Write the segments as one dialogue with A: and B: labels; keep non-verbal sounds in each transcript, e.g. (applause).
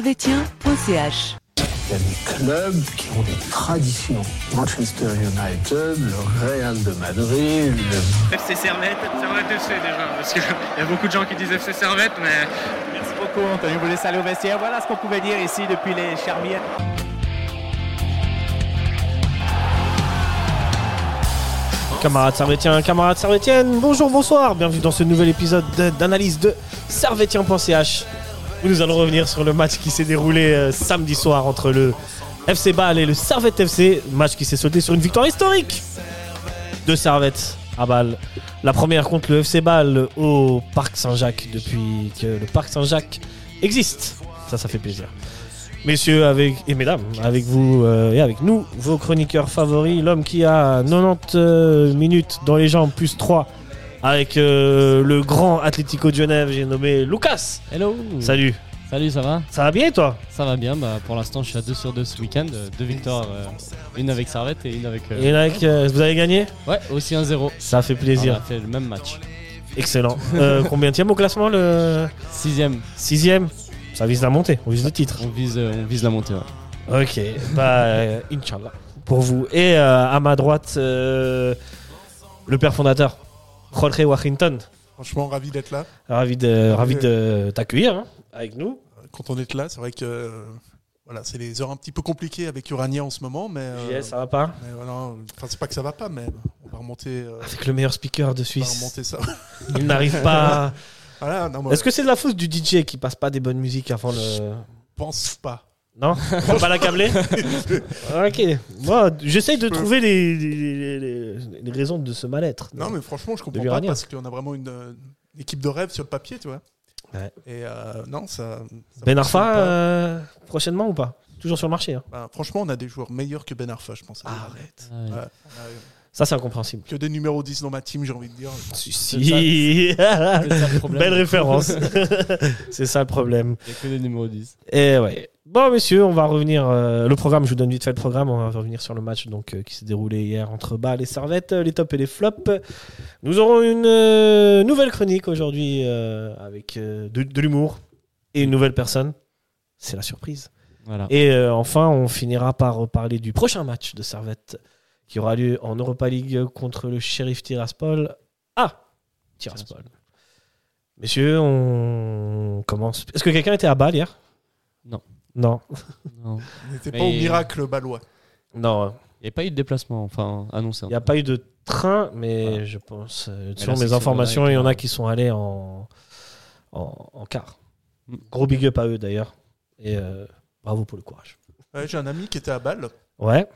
A: servetien.ch.
B: Il y a des clubs qui ont des traditions. Manchester United, le Real de Madrid.
C: FC Servette.
D: Servette FC déjà, parce (laughs) qu'il y a beaucoup de gens qui disent FC Servette, mais
C: Merci beaucoup, Anthony. Vous laissez aller au vestiaire. Voilà ce qu'on pouvait dire ici depuis les Charmières.
E: Camarades Servetien, camarades Servetienne, bonjour, bonsoir, bienvenue dans ce nouvel épisode de- d'analyse de Servetien.ch où nous allons revenir sur le match qui s'est déroulé euh, samedi soir entre le FC Bâle et le Servette FC, match qui s'est soldé sur une victoire historique de Servette à Bâle. La première contre le FC Bâle au Parc Saint-Jacques depuis que le Parc Saint-Jacques existe. Ça, ça fait plaisir. Messieurs avec, et mesdames, avec vous euh, et avec nous, vos chroniqueurs favoris, l'homme qui a 90 euh, minutes dans les jambes, plus 3, avec euh, le grand Atlético de Genève, j'ai nommé Lucas.
F: Hello
E: Salut,
F: Salut, ça va
E: ça va bien et toi
F: Ça va bien, bah, pour l'instant je suis à 2 sur 2 ce week-end, euh, deux victoires, euh, une avec Servette et une avec... euh,
E: Et là, que vous avez gagné
F: Ouais, aussi 1-0.
E: Ça fait
F: On
E: plaisir.
F: a fait le même match.
E: Excellent. Euh, combien tiens au classement Le
F: Sixième,
E: sixième Ça vise la montée, on vise le titre.
F: on vise, euh, on vise la montée. ouais.
E: Ok, bah, euh, Inch'Allah, pour vous. Et euh, à ma droite, euh, le père fondateur, Jorge Washington.
G: Franchement, ravi d'être là.
E: Ravi de, ravi de t'accueillir hein, avec nous.
G: Quand on est là, c'est vrai que euh, voilà, c'est les heures un petit peu compliquées avec Urania en ce moment, mais, euh,
E: JS, ça va pas
G: mais voilà, enfin, c'est pas que ça va pas, mais on va remonter, euh,
E: Avec le meilleur speaker de
G: on va
E: Suisse,
G: remonter ça. (laughs)
E: il n'arrive pas.
G: voilà, non, moi,
E: Est-ce que c'est de la faute du DJ qui passe pas des bonnes musiques avant le.
G: je pense pas.
E: Non Faut pas l'accabler Ok. Moi, j'essaye de
G: peux.
E: trouver les, les- les- les- les raisons de ce mal-être.
G: Non, mais franchement, je comprends
E: Depuis
G: pas
E: Urania.
G: parce qu'on a vraiment une, euh, une équipe de rêve sur le papier, tu vois.
E: Ouais.
G: Et euh, non, ça. ça
E: Ben
G: fonctionne
E: Arfa,
G: pas.
E: euh, prochainement ou pas Toujours sur le marché. hein.
G: Bah, franchement, on a des joueurs meilleurs que Ben Arfa, je
E: Ah,
G: pense.
E: Arrête.
F: Ouais.
G: Ouais. On a, euh,
E: Ça, c'est incompréhensible.
G: Que des numéros 10 dans ma team, j'ai envie de dire.
E: Si.
F: Ah, C'est ça le
E: (laughs)
F: problème.
E: Belle
F: (laughs)
E: référence. (laughs) c'est ça le problème.
F: Il y a que des numéros 10.
E: Et Eh ouais. Bon, messieurs, on va revenir. euh, le programme, je vous donne vite fait le programme. On va revenir sur le match donc, euh, qui s'est déroulé hier entre Bâle et Servette, euh, les tops et les flops. Nous aurons une euh, nouvelle chronique aujourd'hui euh, avec euh, de, de l'humour et une nouvelle personne. C'est la surprise.
F: Voilà.
E: Et euh, enfin, on finira par parler du prochain match de Servette qui aura lieu en Europa League contre le Sheriff Tiraspol. Ah Tiraspol. Messieurs, on commence. Est-ce que quelqu'un était à Bâle hier
F: Non.
E: Non.
F: Non.
G: On n'était pas
F: Mais-
G: au miracle balois.
E: Non, hein.
F: Il n'y a pas eu de déplacement, enfin annoncé. hein.
E: il n'y
F: en
E: a
F: tout
E: pas eu de train, mais
F: Voilà.
E: je pense, euh,
F: là,
E: selon
F: c'est
E: mes
F: que
E: informations,
F: c'est
E: il y en a
F: vrai.
E: qui sont allés en, en, en car.
F: Mm.
E: Gros big up à eux d'ailleurs. Et euh, bravo pour le courage.
G: Ouais, j'ai un ami qui était à Bâle.
E: Ouais.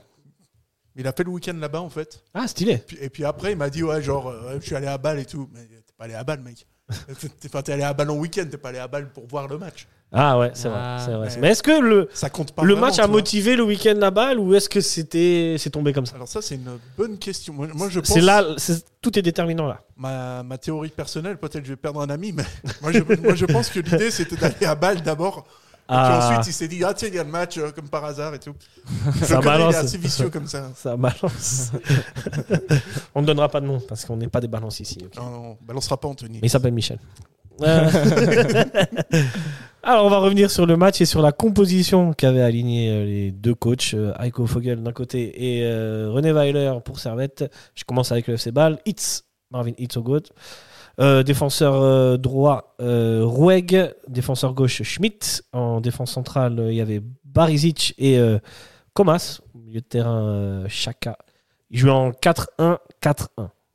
G: Il a fait le week-end là-bas, en fait.
E: Ah, stylé.
G: Puis- et puis après, il m'a dit, ouais, genre, euh, je suis allé à Bâle et tout. Mais t'es pas allé à Bâle,
E: (laughs)
G: mec. T'es- t'es- Enfin, t'es allé à Bâle en week-end, t'es pas allé à Bâle pour voir le match.
E: Ah ouais, c'est
F: Ah.
E: vrai. c'est vrai.
G: Ouais.
E: Mais est-ce que le,
G: Ça compte pas.
E: le
G: vraiment,
E: match
G: tu
E: a
G: vois.
E: motivé le week-end à balle ou est-ce que c'était c'est tombé comme ça
G: Alors, ça, c'est une bonne question. Moi, moi, je pense.
E: C'est là, c'est- tout est déterminant là.
G: Ma, ma théorie personnelle, peut-être que je vais perdre un ami, mais (laughs) moi, je, moi, je pense que l'idée, c'était d'aller à Bâle d'abord. Et puis
E: Ah,
G: ensuite, il s'est dit, ah, tiens, il y a le match, euh, comme par hasard
E: (laughs)
G: et tout. Je
E: Ça
G: le connais,
E: balance.
G: Il est assez vicieux
E: (laughs)
G: comme ça.
E: Ah, ça
G: (laughs)
E: balance. (laughs) On ne donnera pas de nom parce qu'on n'est pas des balances ici. ok
G: Non, non, on balancera pas Anthony.
E: Mais il s'appelle Michel. Euh, Alors, on va revenir sur le match et sur la composition qu'avaient aligné euh, les deux coachs, euh, Heiko Fogel d'un côté et euh, René Weiler pour Servette. Je commence avec le FC Ball. Hitz, Marvin Hitz au goal. Euh, défenseur euh, droit, euh, Rueg. Défenseur gauche, Schmidt. En défense centrale, euh, il y avait Barisic et euh, Comas. Au milieu de terrain, euh, Chaka. Ils jouaient en 4-1-4-1.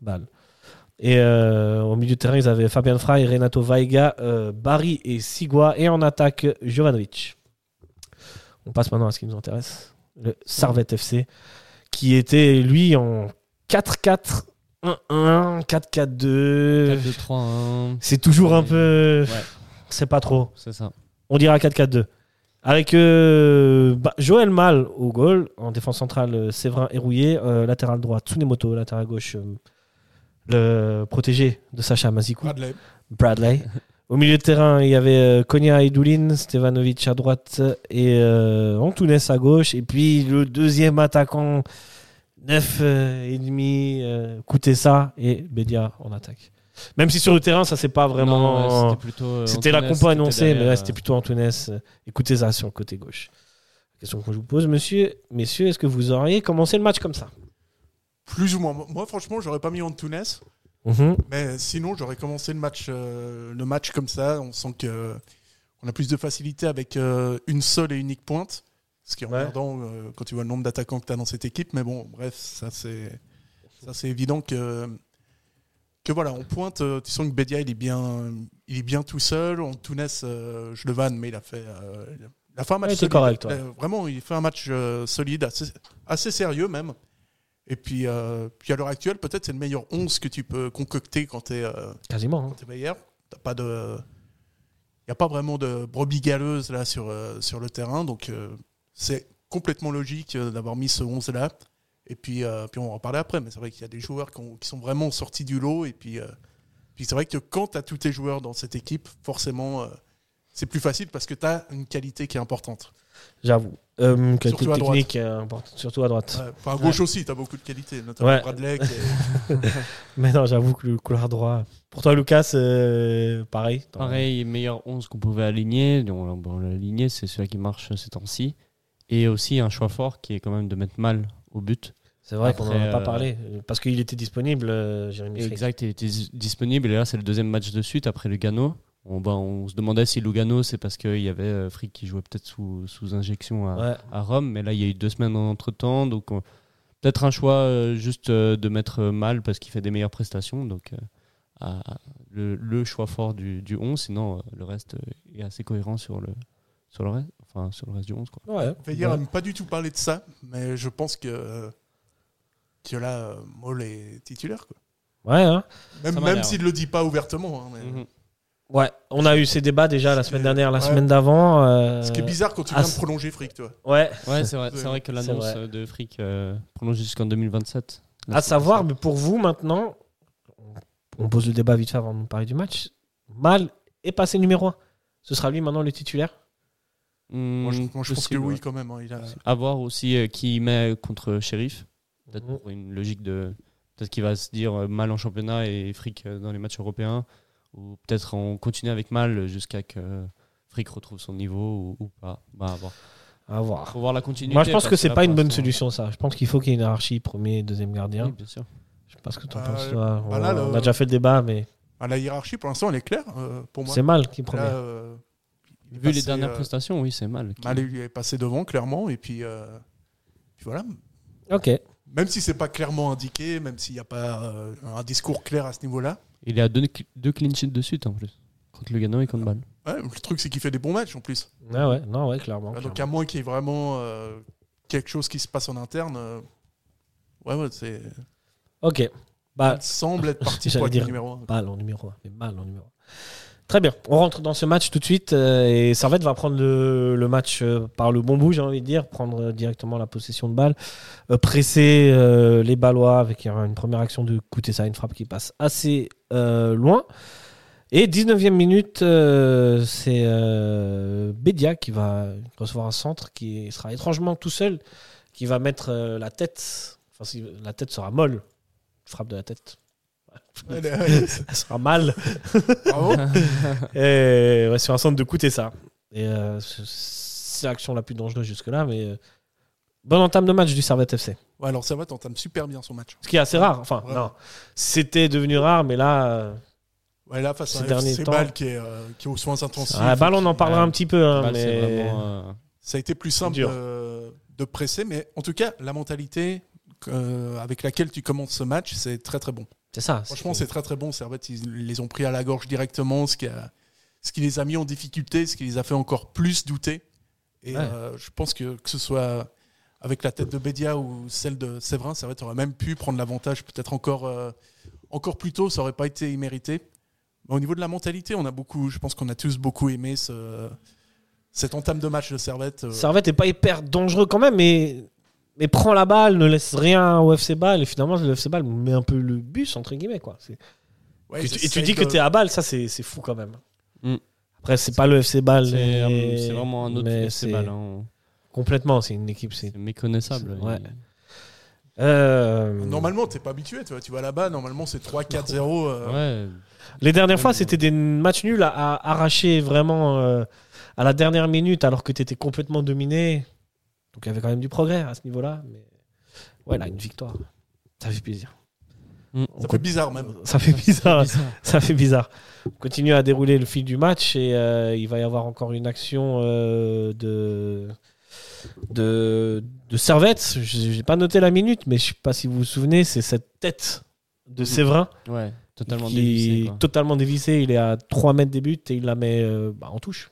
E: Ball. Et euh, au milieu de terrain, ils avaient Fabian Frey, Renato Vaiga, euh, Barry et Sigua. Et en attaque, Jovanovic. On passe maintenant à ce qui nous intéresse. Le Sarvet FC, qui était, lui, en 4-4-1-1, 4-4-2.
F: 4, 2, 3, 1.
E: C'est toujours un peu...
F: Ouais.
E: C'est pas trop.
F: C'est ça.
E: On dira 4-4-2. Avec euh, bah, Joël Mal au goal, en défense centrale, euh, Séverin Hérouillé, euh, latéral droit, Tsunemoto, latéral gauche, euh, le protégé de Sacha Mazikou.
G: Bradley.
E: Bradley. Au milieu de terrain, il y avait euh, Konya et Doulin, Stevanovic à droite et euh, Antunes à gauche. Et puis le deuxième attaquant, euh, 9 et demi, euh, Kutesa et Bedia en attaque. Même si sur le terrain, ça, c'est pas vraiment.
F: Non, ouais, c'était plutôt. euh,
E: C'était la
F: Antunes,
E: compo annoncée,
F: derrière,
E: mais ouais,
F: euh,
E: c'était plutôt Antunes. Écoutez ça sur le côté gauche. Question que je vous pose, monsieur, messieurs, est-ce que vous auriez commencé le match comme ça
G: Plus ou moins. Moi, franchement, j'aurais pas mis Antunes,
F: Mhm.
G: mais sinon, j'aurais commencé le match, euh, le match comme ça. On sent que euh, on a plus de facilité avec euh, une seule et unique pointe. Ce qui est
E: Ouais.
G: emmerdant euh, quand tu vois le nombre d'attaquants que tu as dans cette équipe. Mais bon, bref, ça c'est ça c'est évident que que voilà, on pointe. euh, Tu sens que Bedia il est bien, il est bien tout seul. En Tunès, euh, je le vanne, mais il a fait euh, la fin un match
E: Ouais, c'est
G: solide. Euh.
E: correct, ouais.
G: Il a- Vraiment, il fait un match euh, solide, assez, assez sérieux même. Et puis, euh, puis à l'heure actuelle, peut-être c'est le meilleur 11 que tu peux concocter quand tu es
E: Quasiment. hein.
G: quand t'es meilleur, t'as pas de. Il n'y a pas vraiment de brebis galeuse là sur, euh, sur le terrain. Donc euh, c'est complètement logique euh, d'avoir mis ce 11 là. Et puis, euh, puis on va en reparler après, mais c'est vrai qu'il y a des joueurs qui, ont- qui sont vraiment sortis du lot. Et puis, euh, puis c'est vrai que quand tu as tous tes joueurs dans cette équipe, forcément, euh, c'est plus facile parce que tu as une qualité qui est importante.
E: J'avoue. Euh, qualité
G: Surtout à droite.
E: technique euh, importante, surtout à droite.
G: Ouais, enfin, à gauche aussi, tu as beaucoup de qualités, notamment
E: Ouais.
G: Bradley. qui est-
E: Mais non, j'avoue que le couloir droit. Pour toi, Lucas, euh, pareil. T'en-
F: Pareil, meilleur 11 qu'on pouvait aligner. Donc, on- bon, l'aligner, c'est celui qui marche ces temps-ci. Et aussi un choix fort qui est quand même de mettre mal au but.
E: C'est vrai qu'on n'en a
F: Après,
E: pas
F: euh,
E: parlé. euh, Parce qu'il était disponible, euh, Jérémy Frick.
F: Exact, il était dis- disponible. Et là, c'est le deuxième match de suite après Lugano. On, bah, on se demandait si Lugano, c'est parce qu'il y avait euh, Frick qui jouait peut-être sous, sous injection à,
E: Ouais.
F: à Rome. Mais là, il y a eu deux semaines en entre-temps. Donc, on- peut-être un choix euh, juste euh, de mettre euh, mal parce qu'il fait des meilleures prestations. Donc, euh, à- le, le choix fort du, du 11. Sinon, euh, le reste euh, est assez cohérent sur le, sur le, reste, enfin, sur le reste du 11. Quoi.
E: Ouais.
G: Veillère
E: Ouais.
G: n'aime pas du tout parler de ça, mais je pense que, euh, que là, euh, Moll est titulaire. Quoi.
E: Ouais, hein.
G: Même,
F: Ça m'a
G: même
F: l'air,
G: s'il ne le dit pas ouvertement. hein, mais-
E: Ouais, on a eu ces débats déjà la
G: C'est-
E: semaine dernière, la
G: ouais.
E: semaine d'avant.
F: Mm-hmm.
E: euh,
G: Ce qui est bizarre quand tu
E: ah,
G: viens de
E: c'est-
G: prolonger Frick, toi.
F: mm,
E: Ouais.
F: Ouais, c'est vrai,
G: C'est
F: c'est vrai que
E: vrai.
F: l'annonce euh, de Frick euh, prolongée jusqu'en 2027. Là,
E: À
F: c'est-
E: savoir, mais pour vous maintenant, on pose le débat vite fait avant de parler du match. Mal est passé numéro 1. Ce sera lui maintenant le titulaire.
F: Hmm,
G: Moi, je, moi, je pense que
F: possible,
G: oui,
F: ouais.
G: quand même. hein, il a-
F: À voir aussi euh, qui met contre Sheriff. Peut-être
E: Mhm.
F: pour une logique de. Peut-être qu'il va se dire euh, mal en championnat et Frick euh, dans les matchs européens. Ou peut-être on continue avec mal jusqu'à que Frick retrouve son niveau ou, ou pas. Bah, à voir.
E: À voir.
F: Faut voir la continuité.
E: Moi, je pense
F: parce
E: que c'est
F: là,
E: pas
F: pour
E: une bonne
F: l'instant,
E: solution, hein. ça. Je pense qu'il faut qu'il y ait une hiérarchie, premier, deuxième
F: euh, oui,
E: gardien.
F: bien sûr.
E: Je sais pas ce que t'en
G: Bah,
E: penses, toi. On,
G: bah là, le-
E: on a déjà fait le débat, mais
G: Ah, la hiérarchie, pour l'instant, elle est claire euh, pour moi.
E: c'est mal qui est
G: Là,
E: premier.
G: euh, il est
F: Vu les
G: passé,
F: dernières
G: euh,
F: prestations, oui, c'est mal. qui-
G: Malé lui est passé devant, clairement. Et puis, euh, puis voilà.
E: Ok.
G: Même si c'est pas clairement indiqué, même s'il n'y a pas euh, un discours clair à ce niveau-là,
F: Il est à deux, deux clean sheets de suite en plus. Contre Lugano et contre Bâle.
G: ouais, le truc, c'est qu'il fait des bons matchs en plus.
E: Ah ouais, non, ouais, clairement.
G: Ah, donc
E: clairement.
G: à moins qu'il y ait vraiment euh, quelque chose qui se passe en interne, euh, ouais, ouais, c'est.
E: Ok. Bah,
G: il semble
E: (laughs)
G: être parti
E: J'allais
G: pour être
E: dire.
G: le numéro 1.
E: mal en numéro 1. Mais mal en numéro un. Très bien. On rentre dans ce match tout de suite. euh, et Servette va prendre le, le match euh, par le bon bout, j'ai envie de dire. Prendre euh, directement la possession de balle. euh, presser euh, les Ballois avec euh, une première action de coûter ça, une frappe qui passe assez euh, loin. Et 19e minute, euh, c'est euh, Bédia qui va recevoir un centre qui sera étrangement tout seul, qui va mettre euh, la tête. Enfin, si- la tête sera molle. Frappe de la tête. Elle sera mal. Oh.
F: (laughs)
G: Bravo.
E: Et, ouais, sur un centre de coûter ça. Et euh, c- c'est l'action la plus dangereuse jusque-là, mais euh, bonne entame de match du Servette FC.
G: Ouais, alors ça va, t'entames super bien son match.
E: Ce qui est assez rare. Enfin,
G: Ouais.
E: non. C'était devenu rare, mais là, euh,
G: Ouais, là, face
E: Ces
G: à un
E: derniers
G: FC
E: temps.
G: Bâle qui est, euh, qui est aux soins intensifs.
E: ah, balle, on en parlera
F: ouais.
E: un petit peu. hein,
F: Bâle, c'est
E: mais...
F: vraiment, euh,
G: Ça a été plus simple
E: dur.
G: euh, de presser, mais en tout cas, la mentalité euh, avec laquelle tu commences ce match, c'est très très bon.
E: C'est ça.
G: Franchement, c'est très très bon. Servette, ils les ont pris à la gorge directement, ce qui, a- ce qui les a mis en difficulté, ce qui les a fait encore plus douter. Et
E: Ouais.
G: euh, je pense que que ce soit avec la tête de Bédia ou celle de Séverin, Servette aurait même pu prendre l'avantage peut-être encore, euh, encore plus tôt, ça aurait pas été immérité. Mais au niveau de la mentalité, on a beaucoup, je pense qu'on a tous beaucoup aimé ce, cette entame de match de Servette. euh,
E: Servette est pas hyper dangereux quand même, mais, mais prend la balle, ne laisse rien au FC Ball. Et finalement, le FC Ball met un peu le bus, entre guillemets. Quoi. C'est-
G: ouais,
E: Tu-
G: ça-
E: et
G: ça
E: tu dis
G: aide,
E: que tu es
G: euh,
E: à balle, ça, c'est c'est fou quand même.
F: Mm.
E: Après, c'est pas le FC Ball.
F: C'est
E: mais-
F: euh, c'est vraiment un autre
E: mais
F: FC
E: c'est-
F: Bâle, hein.
E: Complètement, c'est une équipe. C'est
F: C'est méconnaissable.
E: Ouais.
F: Il-
E: Euh,
G: Normalement, t'es pas habitué, tu vois, tu vas là-bas, normalement c'est 3-4-0. euh,
F: Ouais,
E: Les dernières fois, c'était des matchs nuls à, à arracher vraiment euh, à la dernière minute, alors que tu étais complètement dominé. Donc il y avait quand même du progrès à ce niveau-là. Mais ouais, là, une victoire. Ça fait plaisir.
F: Mm.
E: On
G: Ça
E: co-
G: fait bizarre même.
E: Ça fait bizarre.
F: bizarre.
E: Ça fait bizarre. On continue à dérouler le fil du match et euh, il va y avoir encore une action euh, de, de, de Servette. Je n'ai pas noté la minute, mais je sais pas si vous vous souvenez, c'est cette tête de Séverin
F: Ouais, totalement
E: qui
F: dévissé.
E: est
F: quoi.
E: totalement dévissé. Il est à 3 mètres des buts et il la met euh, bah, en touche.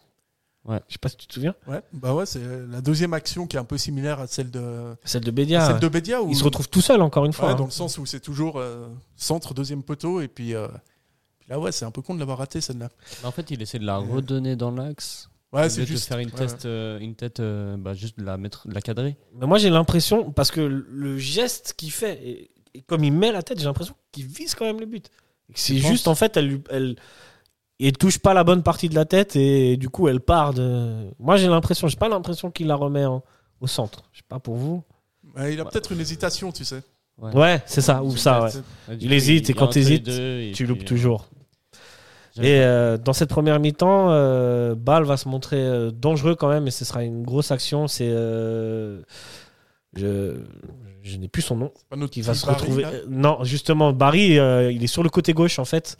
F: Ouais.
E: Je sais pas si tu te souviens.
G: Ouais, bah ouais, c'est la deuxième action qui est un peu similaire à celle de,
E: Celle de
G: à
E: Bédia.
G: celle de Bedia. Où,
E: Il se retrouve tout seul encore une
G: Ouais,
E: fois.
G: dans
E: hein.
G: le sens où c'est toujours euh, centre, deuxième poteau, et puis, euh, puis là, ouais, c'est un peu con de l'avoir raté celle-là.
F: Mais en fait, il essaie de la redonner dans l'axe.
G: Ouais,
F: au lieu
G: c'est
F: de
G: juste.
F: faire une,
G: ouais,
F: teste, euh, une tête, euh, bah, juste de la, mettre, de la cadrer.
E: Mais moi j'ai l'impression, parce que le geste qu'il fait, et, et comme il met la tête, j'ai l'impression qu'il vise quand même le but. Et que C'est
F: penses
E: juste en fait, elle, lui- elle, il touche pas la bonne partie de la tête et, du coup elle part de. Moi j'ai l'impression, j'ai pas l'impression qu'il la remet en- au centre. Je sais pas pour vous.
G: ouais. Ouais, il a peut-être une hésitation, tu sais.
E: Ouais, c'est ça, Bah, euh, ah, ou ça, ouais.
F: Ouais, du
E: Il
F: coup,
E: hésite, et
F: est
E: quand
F: entre les
E: t'hésites,
F: deux, et
E: Tu
F: puis,
E: loupes
F: euh, Mm.
E: toujours.
F: j'aime
E: Et euh, dans cette première mi-temps, euh, Bâle va se montrer euh, dangereux quand même et ce sera une grosse action. C'est. euh, je je n'ai plus son nom.
G: Pas notre
E: Qui va
G: petit
E: se
G: Barry,
E: retrouver.
G: là.
E: euh, Non, justement, Barry, euh, il est sur le côté gauche en fait.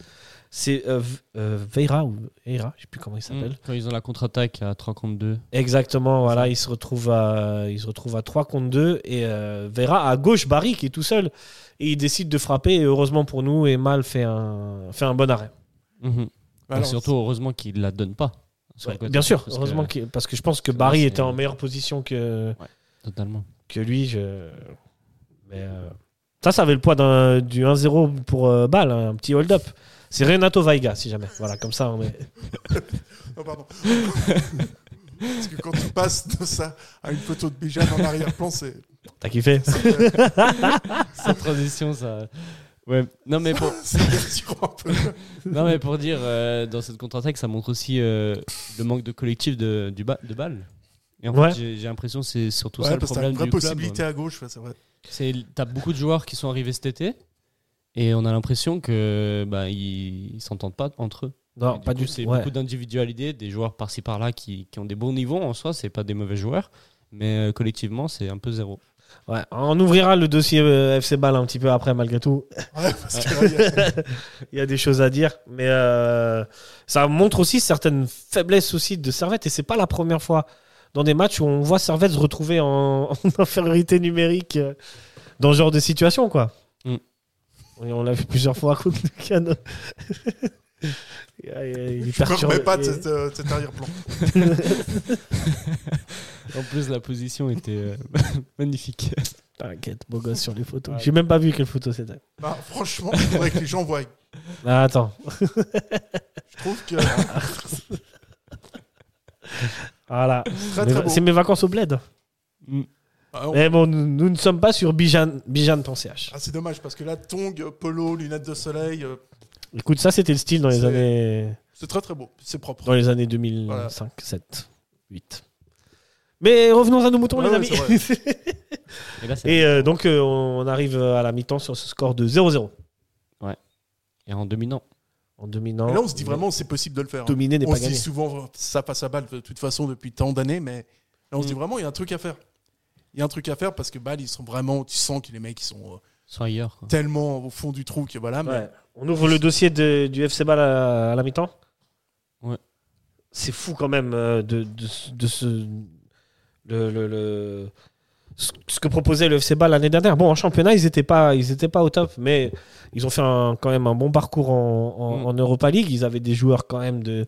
E: C'est euh, V- euh, Veira ou Eira, je sais plus comment il
F: pas.
E: s'appelle.
G: Mm.
F: Quand ils ont la contre-attaque à 3 contre 2.
E: Exactement, voilà, il se retrouve à, il se retrouve à 3 contre 2 et euh, Vera à gauche, Barry qui est tout seul et il décide de frapper et heureusement pour nous, Emal fait un, fait un bon arrêt.
F: Mhm.
G: Bah, Alors,
F: Bah, surtout, heureusement qu'il la donne pas. sur
E: Ouais,
F: le côté,
E: bien sûr,
F: parce que-
E: heureusement que- parce que je pense que
F: Sinon,
E: Barry
F: c'est-
E: était en meilleure position que,
F: Totalement.
E: que lui. Je... Mais, euh, Ça, ça avait le poids d'un- du 1-0 pour euh, Bâle, un petit hold-up. C'est Renato Vaiga, si jamais. Voilà, comme ça, on
F: (laughs)
E: est-
G: (laughs) Oh, pardon. Parce que quand tu passes de ça à une photo de Bijan en arrière-plan, c'est.
E: T'as kiffé (laughs)
F: Cette transition, ça. Ouais. Non, mais (laughs) pour,
G: c'est perturbant un peu.
F: non, mais pour dire, euh, dans cette contre-attaque, ça montre aussi euh, le manque de collectif de, du ba- de balles. Et en
E: Ouais.
F: fait, j'ai- j'ai l'impression que c'est surtout
G: Ouais,
F: ça le
G: parce que t'as
F: problème
G: une vraie
F: du club.
G: possibilité
E: hein.
G: à gauche, ouais, c'est vrai.
F: C'est t'as beaucoup de joueurs qui sont arrivés cet été et on a l'impression que bah ils ils s'entendent pas entre eux.
E: Non,
F: Et
E: pas
F: coup,
E: du
F: C'est
E: ouais.
F: beaucoup d'individualité, des joueurs par-ci par-là qui, qui ont des bons niveaux en soi, c'est pas des mauvais joueurs, mais euh, collectivement c'est un peu zéro.
E: Ouais, On ouvrira le dossier euh, FC Bâle un petit peu après, malgré tout.
G: Ouais, parce que là, il y a-
E: Il y a des choses à dire, mais euh, ça montre aussi certaines faiblesses aussi de Servette et c'est pas la première fois dans des matchs où on voit Servette se retrouver en, (laughs) en infériorité numérique euh, dans ce genre de situation quoi.
F: Mm.
E: Et on l'a vu plusieurs fois (laughs) à Coupe de Cannes. Il est- il est
G: je me
E: (laughs)
G: remets
E: perturbé.
G: pas de cette, euh, cet arrière-plan.
F: En plus la position
E: (laughs)
F: était euh, magnifique.
E: T'inquiète, beau gosse sur les photos. J'ai même pas vu quelle photo c'était.
G: Bah, franchement, il faudrait que les gens voient. Je
E: Ah, attends.
G: trouve
E: (laughs)
G: que
E: Voilà.
G: très
E: Mes-
G: très beau.
E: C'est mes vacances au bled.
G: Ah, on-
E: Mais bon, nous, nous ne sommes pas sur Bijan, Bijan.ch.
G: Ah, c'est dommage parce que là, tong, polo, lunettes de soleil, euh,
E: Écoute, ça c'était le style dans les
G: C'est-
E: années.
G: c'est très très beau, c'est propre.
E: dans les années 2005, 7, 8. Mais revenons à nos moutons,
G: Ouais,
E: les
G: ouais,
E: amis.
F: Et là
E: (laughs)
F: c'est-
E: Et euh, donc, euh, on arrive à la mi-temps sur ce score de 0-0
F: et en dominant.
E: en dominant.
G: Et là, on se dit vraiment, c'est possible de le faire. hein.
E: dominer n'est
G: On
E: pas
G: se dit
E: gagné.
G: souvent, ça passe à balle de toute façon depuis tant d'années, mais là, on
E: Mm.
G: se dit vraiment, il y a un truc à faire. Il y a un truc à faire parce que balle, ils sont vraiment, tu sens que les mecs, ils sont euh,
F: Soit ailleurs quoi.
G: tellement au fond du trou que voilà. Mais
E: Ouais. On ouvre le dossier de- du FC Ball à, à la mi-temps.
F: Ouais.
E: C'est fou quand même euh, de, de, ce- de ce. le- le- le- ce- ce que proposait le FC Ball l'année dernière. Bon, en championnat, ils n'étaient pas, ils étaient pas au top, mais ils ont fait un- quand même un bon parcours en, en-
F: Mm.
E: en Europa League. Ils avaient des joueurs quand même de,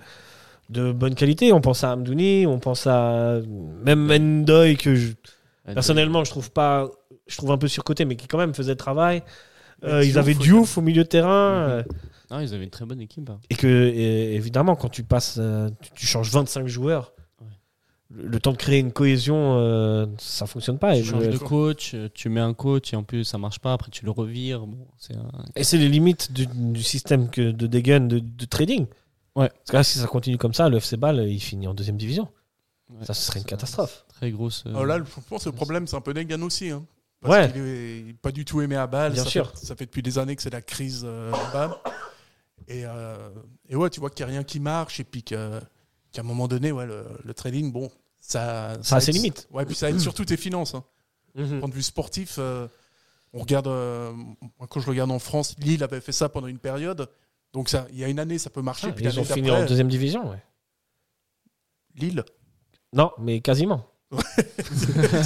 E: de bonne qualité. On pense à Amdouni, on pense à même Ndoye, que je- Euh, personnellement, je trouve pas, je trouve un peu surcoté, mais qui quand même faisait le travael. Euh, ils
G: Diouf,
E: avaient
G: ouais.
E: Diouf au milieu de terrain.
F: Mhm.
E: euh,
F: Ah, ils avaient une très bonne équipe. hein.
E: et que, et- évidemment, quand tu passes, euh, tu, tu changes 25 joueurs,
F: Ouais.
E: le, le temps de créer une cohésion, euh, ça fonctionne pas. Et,
F: Tu changes
E: le-
F: de coach, euh, tu mets un coach et en plus ça marche pas, après tu le revires. Bon, c'est un-
E: et c'est les limites du, du système que, de Degen de, de trading.
F: Ouais.
E: Parce que là, si ça continue comme ça, le FC Ball, il finit en deuxième division.
F: ouais,
E: ça, ce serait une
F: c'est-
E: catastrophe.
F: Très grosse. euh,
E: Oh,
G: euh, là, je pense que le problème, c'est un peu Negan aussi. hein. Parce
E: Ouais.
G: qu'il est pas du tout aimé à balle.
E: Bien
G: ça
E: sûr.
G: Fait, ça fait depuis des années que c'est la crise euh, à balle. Et, euh, et ouais, tu vois qu'il n'y a rien qui marche et puis que- qu'à un moment donné, ouais, le, le trading, bon, ça.
E: Ça a ses
G: aide-
E: limites.
G: Ouais,
E: (clears throat)
G: puis ça aide surtout tes finances. hein. Du point de vue sportif, euh, on regarde, euh, moi, quand je regarde en France, Lille avait fait ça pendant une période. Donc ça, il y a une année, ça peut marcher.
E: Ah,
G: puis
E: ils
G: l'année
E: ont fini en
G: d'après,
E: deuxième division, ouais.
G: Lille. (laughs)
E: Non, mais quasiment. (laughs)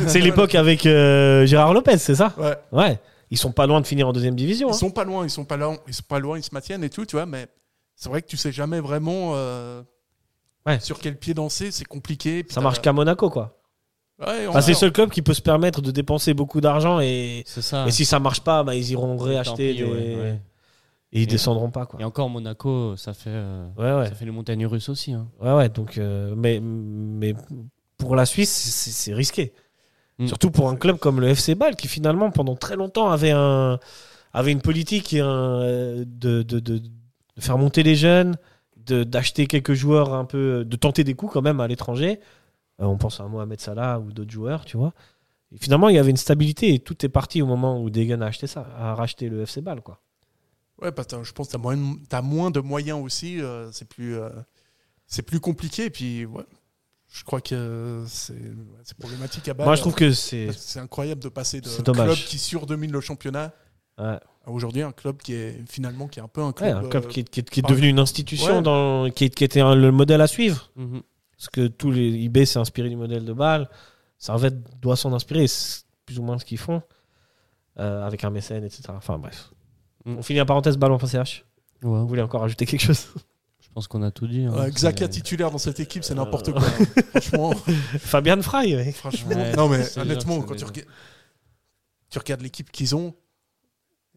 E: c'est l'époque avec euh, Gérard Lopez, c'est ça
G: Ouais.
E: Ouais. Ils sont pas loin de finir en deuxième division.
G: Ils
E: hein.
G: sont pas loin, ils sont pas loin, ils sont pas loin, ils se maintiennent et tout, tu vois. Mais c'est vrai que tu sais jamais vraiment euh,
E: Ouais.
G: sur quel pied danser. C'est compliqué. puis
E: Ça
G: t'as-
E: marche qu'à Monaco, quoi.
G: Ouais,
E: Enfin, c'est le
G: encore.
E: seul club qui peut se permettre de dépenser beaucoup d'argent et,
F: C'est ça.
E: et si ça marche pas, bah, ils iront réacheter
F: pis,
E: des-
F: ouais, ouais.
E: et ils descendront pas, quoi.
F: Et encore Monaco, ça fait, euh,
E: Ouais, ouais.
F: ça fait les montagnes russes aussi. hein.
E: Ouais, ouais, donc, euh, mais, mais pour la Suisse, c'est- c'est risqué.
F: Mm.
E: Surtout pour un club comme le FC Bâle, qui finalement, pendant très longtemps, avait, un, avait une politique et un, euh, de, de, de- de faire monter les jeunes, de- d'acheter quelques joueurs un peu, de tenter des coups quand même à l'étranger. Euh, on pense à Mohamed Salah ou d'autres joueurs, tu vois. Et finalement, il y avait une stabilité et tout est parti au moment où Degen a acheté ça, a racheté le FC Bâle, quoi.
G: Ouais, parce que je pense que t'as moins, de- t'as moins de moyens aussi. euh, c'est plus, euh, c'est plus compliqué. Et puis, ouais, je crois que euh, c'est, ouais, c'est problématique à bas.
E: Moi, je trouve que c'est.
G: c'est incroyable de passer de
E: C'est dommage.
G: club qui surdomine le championnat
E: Ouais.
G: à aujourd'hui un club qui est finalement qui est un peu un
E: Ouais,
G: club.
E: un club
G: euh,
E: qui est, qui est- qui est
G: par-
E: devenu une institution,
G: Ouais.
E: dans, qui, est- qui était un- le modèle à suivre.
F: Mhm.
E: Parce que tous les IB s'est inspiré du modèle de Bâle. Servette doit s'en inspirer, c'est plus ou moins ce qu'ils font, euh, avec un mécène, etc. Enfin bref.
F: Mm.
E: On finit la parenthèse Bâle en CH.
F: Ouais,
E: Vous voulez encore ajouter quelque chose
F: je pense qu'on a tout dit. hein.
G: euh, Xhaka
F: C'est-
G: titulaire dans cette équipe,
E: Euh,
G: c'est n'importe quoi. franchement,
E: Fabian Fry, ouais.
G: franchement.
F: Ouais,
G: non mais
F: c'est
G: honnêtement,
F: dur,
G: quand tu,
F: c'est
G: rega- tu regardes l'équipe qu'ils ont,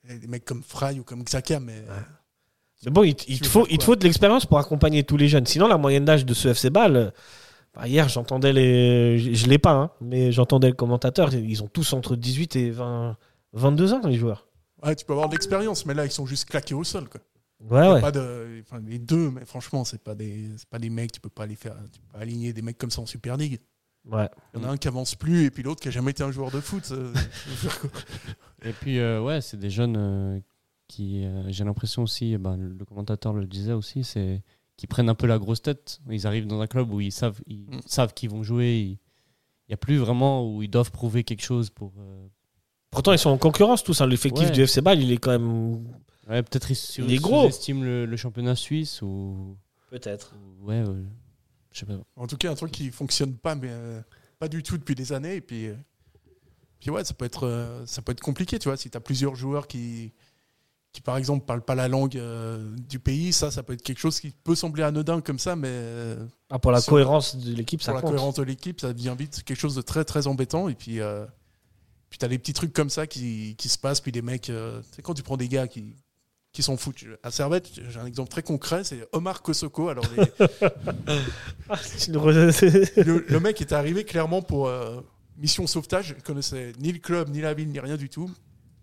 G: et des mecs comme Fry ou comme Xhaka, mais
E: Mais bon, il, il
G: Tu
E: te
G: veux
E: faut,
G: faire
E: il te
G: quoi
E: faut de l'expérience pour accompagner tous les jeunes. Sinon, la moyenne d'âge de ce FC Bâle, euh, bah, hier, j'entendais les. Je, je l'ai pas, hein, mais j'entendais le commentateur. Ils ont tous entre 18 et 20, 22 ans, les joueurs.
G: ouais, tu peux avoir de l'expérience, mais là ils sont juste claqués au sol. Quoi.
E: Ouais,
G: Y a
E: ouais.
G: pas de, enfin, les deux, mais franchement, c'est pas des, c'est pas des mecs. Tu peux pas les faire, tu peux pas aligner des mecs comme ça en Super League.
E: ouais.
G: Il y en a un qui avance plus et puis l'autre qui a jamais été un joueur de foot. euh, je veux dire, quoi.
F: Et puis, euh, ouais, c'est des jeunes euh, qui, euh, j'ai l'impression aussi, eh ben, le commentateur le disait aussi, c'est qu'ils prennent un peu la grosse tête. Ils arrivent dans un club où ils savent ils
G: Mm.
F: savent qu'ils vont jouer. Il n'y a plus vraiment où ils doivent prouver quelque chose pour. euh,
E: Pourtant, ils sont en concurrence tous. hein. L'effectif
F: Ouais.
E: du FC Bâle, il est quand même.
F: Ouais, peut-être ils sous-
E: Il est gros.
F: sous-estiment le, le championnat suisse ou.
E: Peut-être.
F: ou- Ouais, euh, je sais pas.
G: En tout cas, un truc qui fonctionne pas, mais euh, pas du tout depuis des années. Et puis, euh, puis ouais, ça peut être, euh, ça peut être compliqué, tu vois. Si tu as plusieurs joueurs qui, qui par exemple, parlent pas la langue euh, du pays, ça, ça peut être quelque chose qui peut sembler anodin comme ça, mais euh,
E: Ah, pour la
G: Sur-
E: cohérence de l'équipe, ça
G: pour la
E: compte. (laughs)
G: cohérence de l'équipe, ça devient vite quelque chose de très très embêtant. Et puis, euh, puis t'as des petits trucs comme ça qui, qui se passent. Puis des mecs, euh, tu sais, quand tu prends des gars qui, qui s'en foutent. À Servette, j'ai un exemple très concret, c'est Omar Kosoko. Alors, les-
E: Ah, c'est (laughs) une re-
G: le, le mec était arrivé clairement pour euh, mission sauvetage. Il connaissait ni le club, ni la ville, ni rien du tout.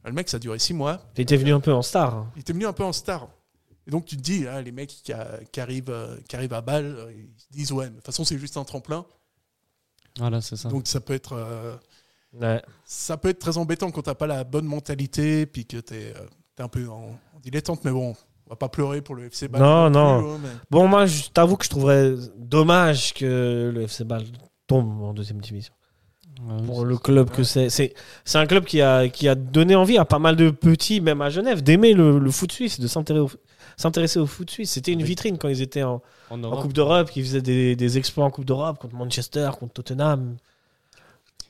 G: Ah, Le mec, ça a duré six mois.
E: Il était venu un peu en star. hein.
G: Il était venu un peu en star. Et donc tu te dis, ah, les mecs qui, a- qui arrivent, euh, qui arrivent à Bâle, euh, ils se disent, ouais, mais de toute façon c'est juste un tremplin.
F: Voilà, c'est ça.
G: Donc ça peut être euh,
E: Ouais.
G: ça peut être très embêtant quand t'as pas la bonne mentalité, puis que t'es es un peu en, en dilettante, mais bon, on va pas pleurer pour le FC
E: Non,
G: Bayern
E: non.
G: plus, hein, mais-
E: Bon, moi, je t'avoue que je trouverais dommage que le FC Bâle tombe en deuxième division.
F: Ouais,
E: Pour
F: c'est-
E: le club que c'est. C'est c'est un club qui a, qui a donné envie à pas mal de petits, même à Genève, d'aimer le, le foot suisse, de s'intéresser au, s'intéresser au foot suisse. C'était une
F: Oui.
E: vitrine quand ils étaient en, en
F: en Europe,
E: Coupe d'Europe, qui faisait des, des exploits en Coupe d'Europe contre Manchester, contre Tottenham.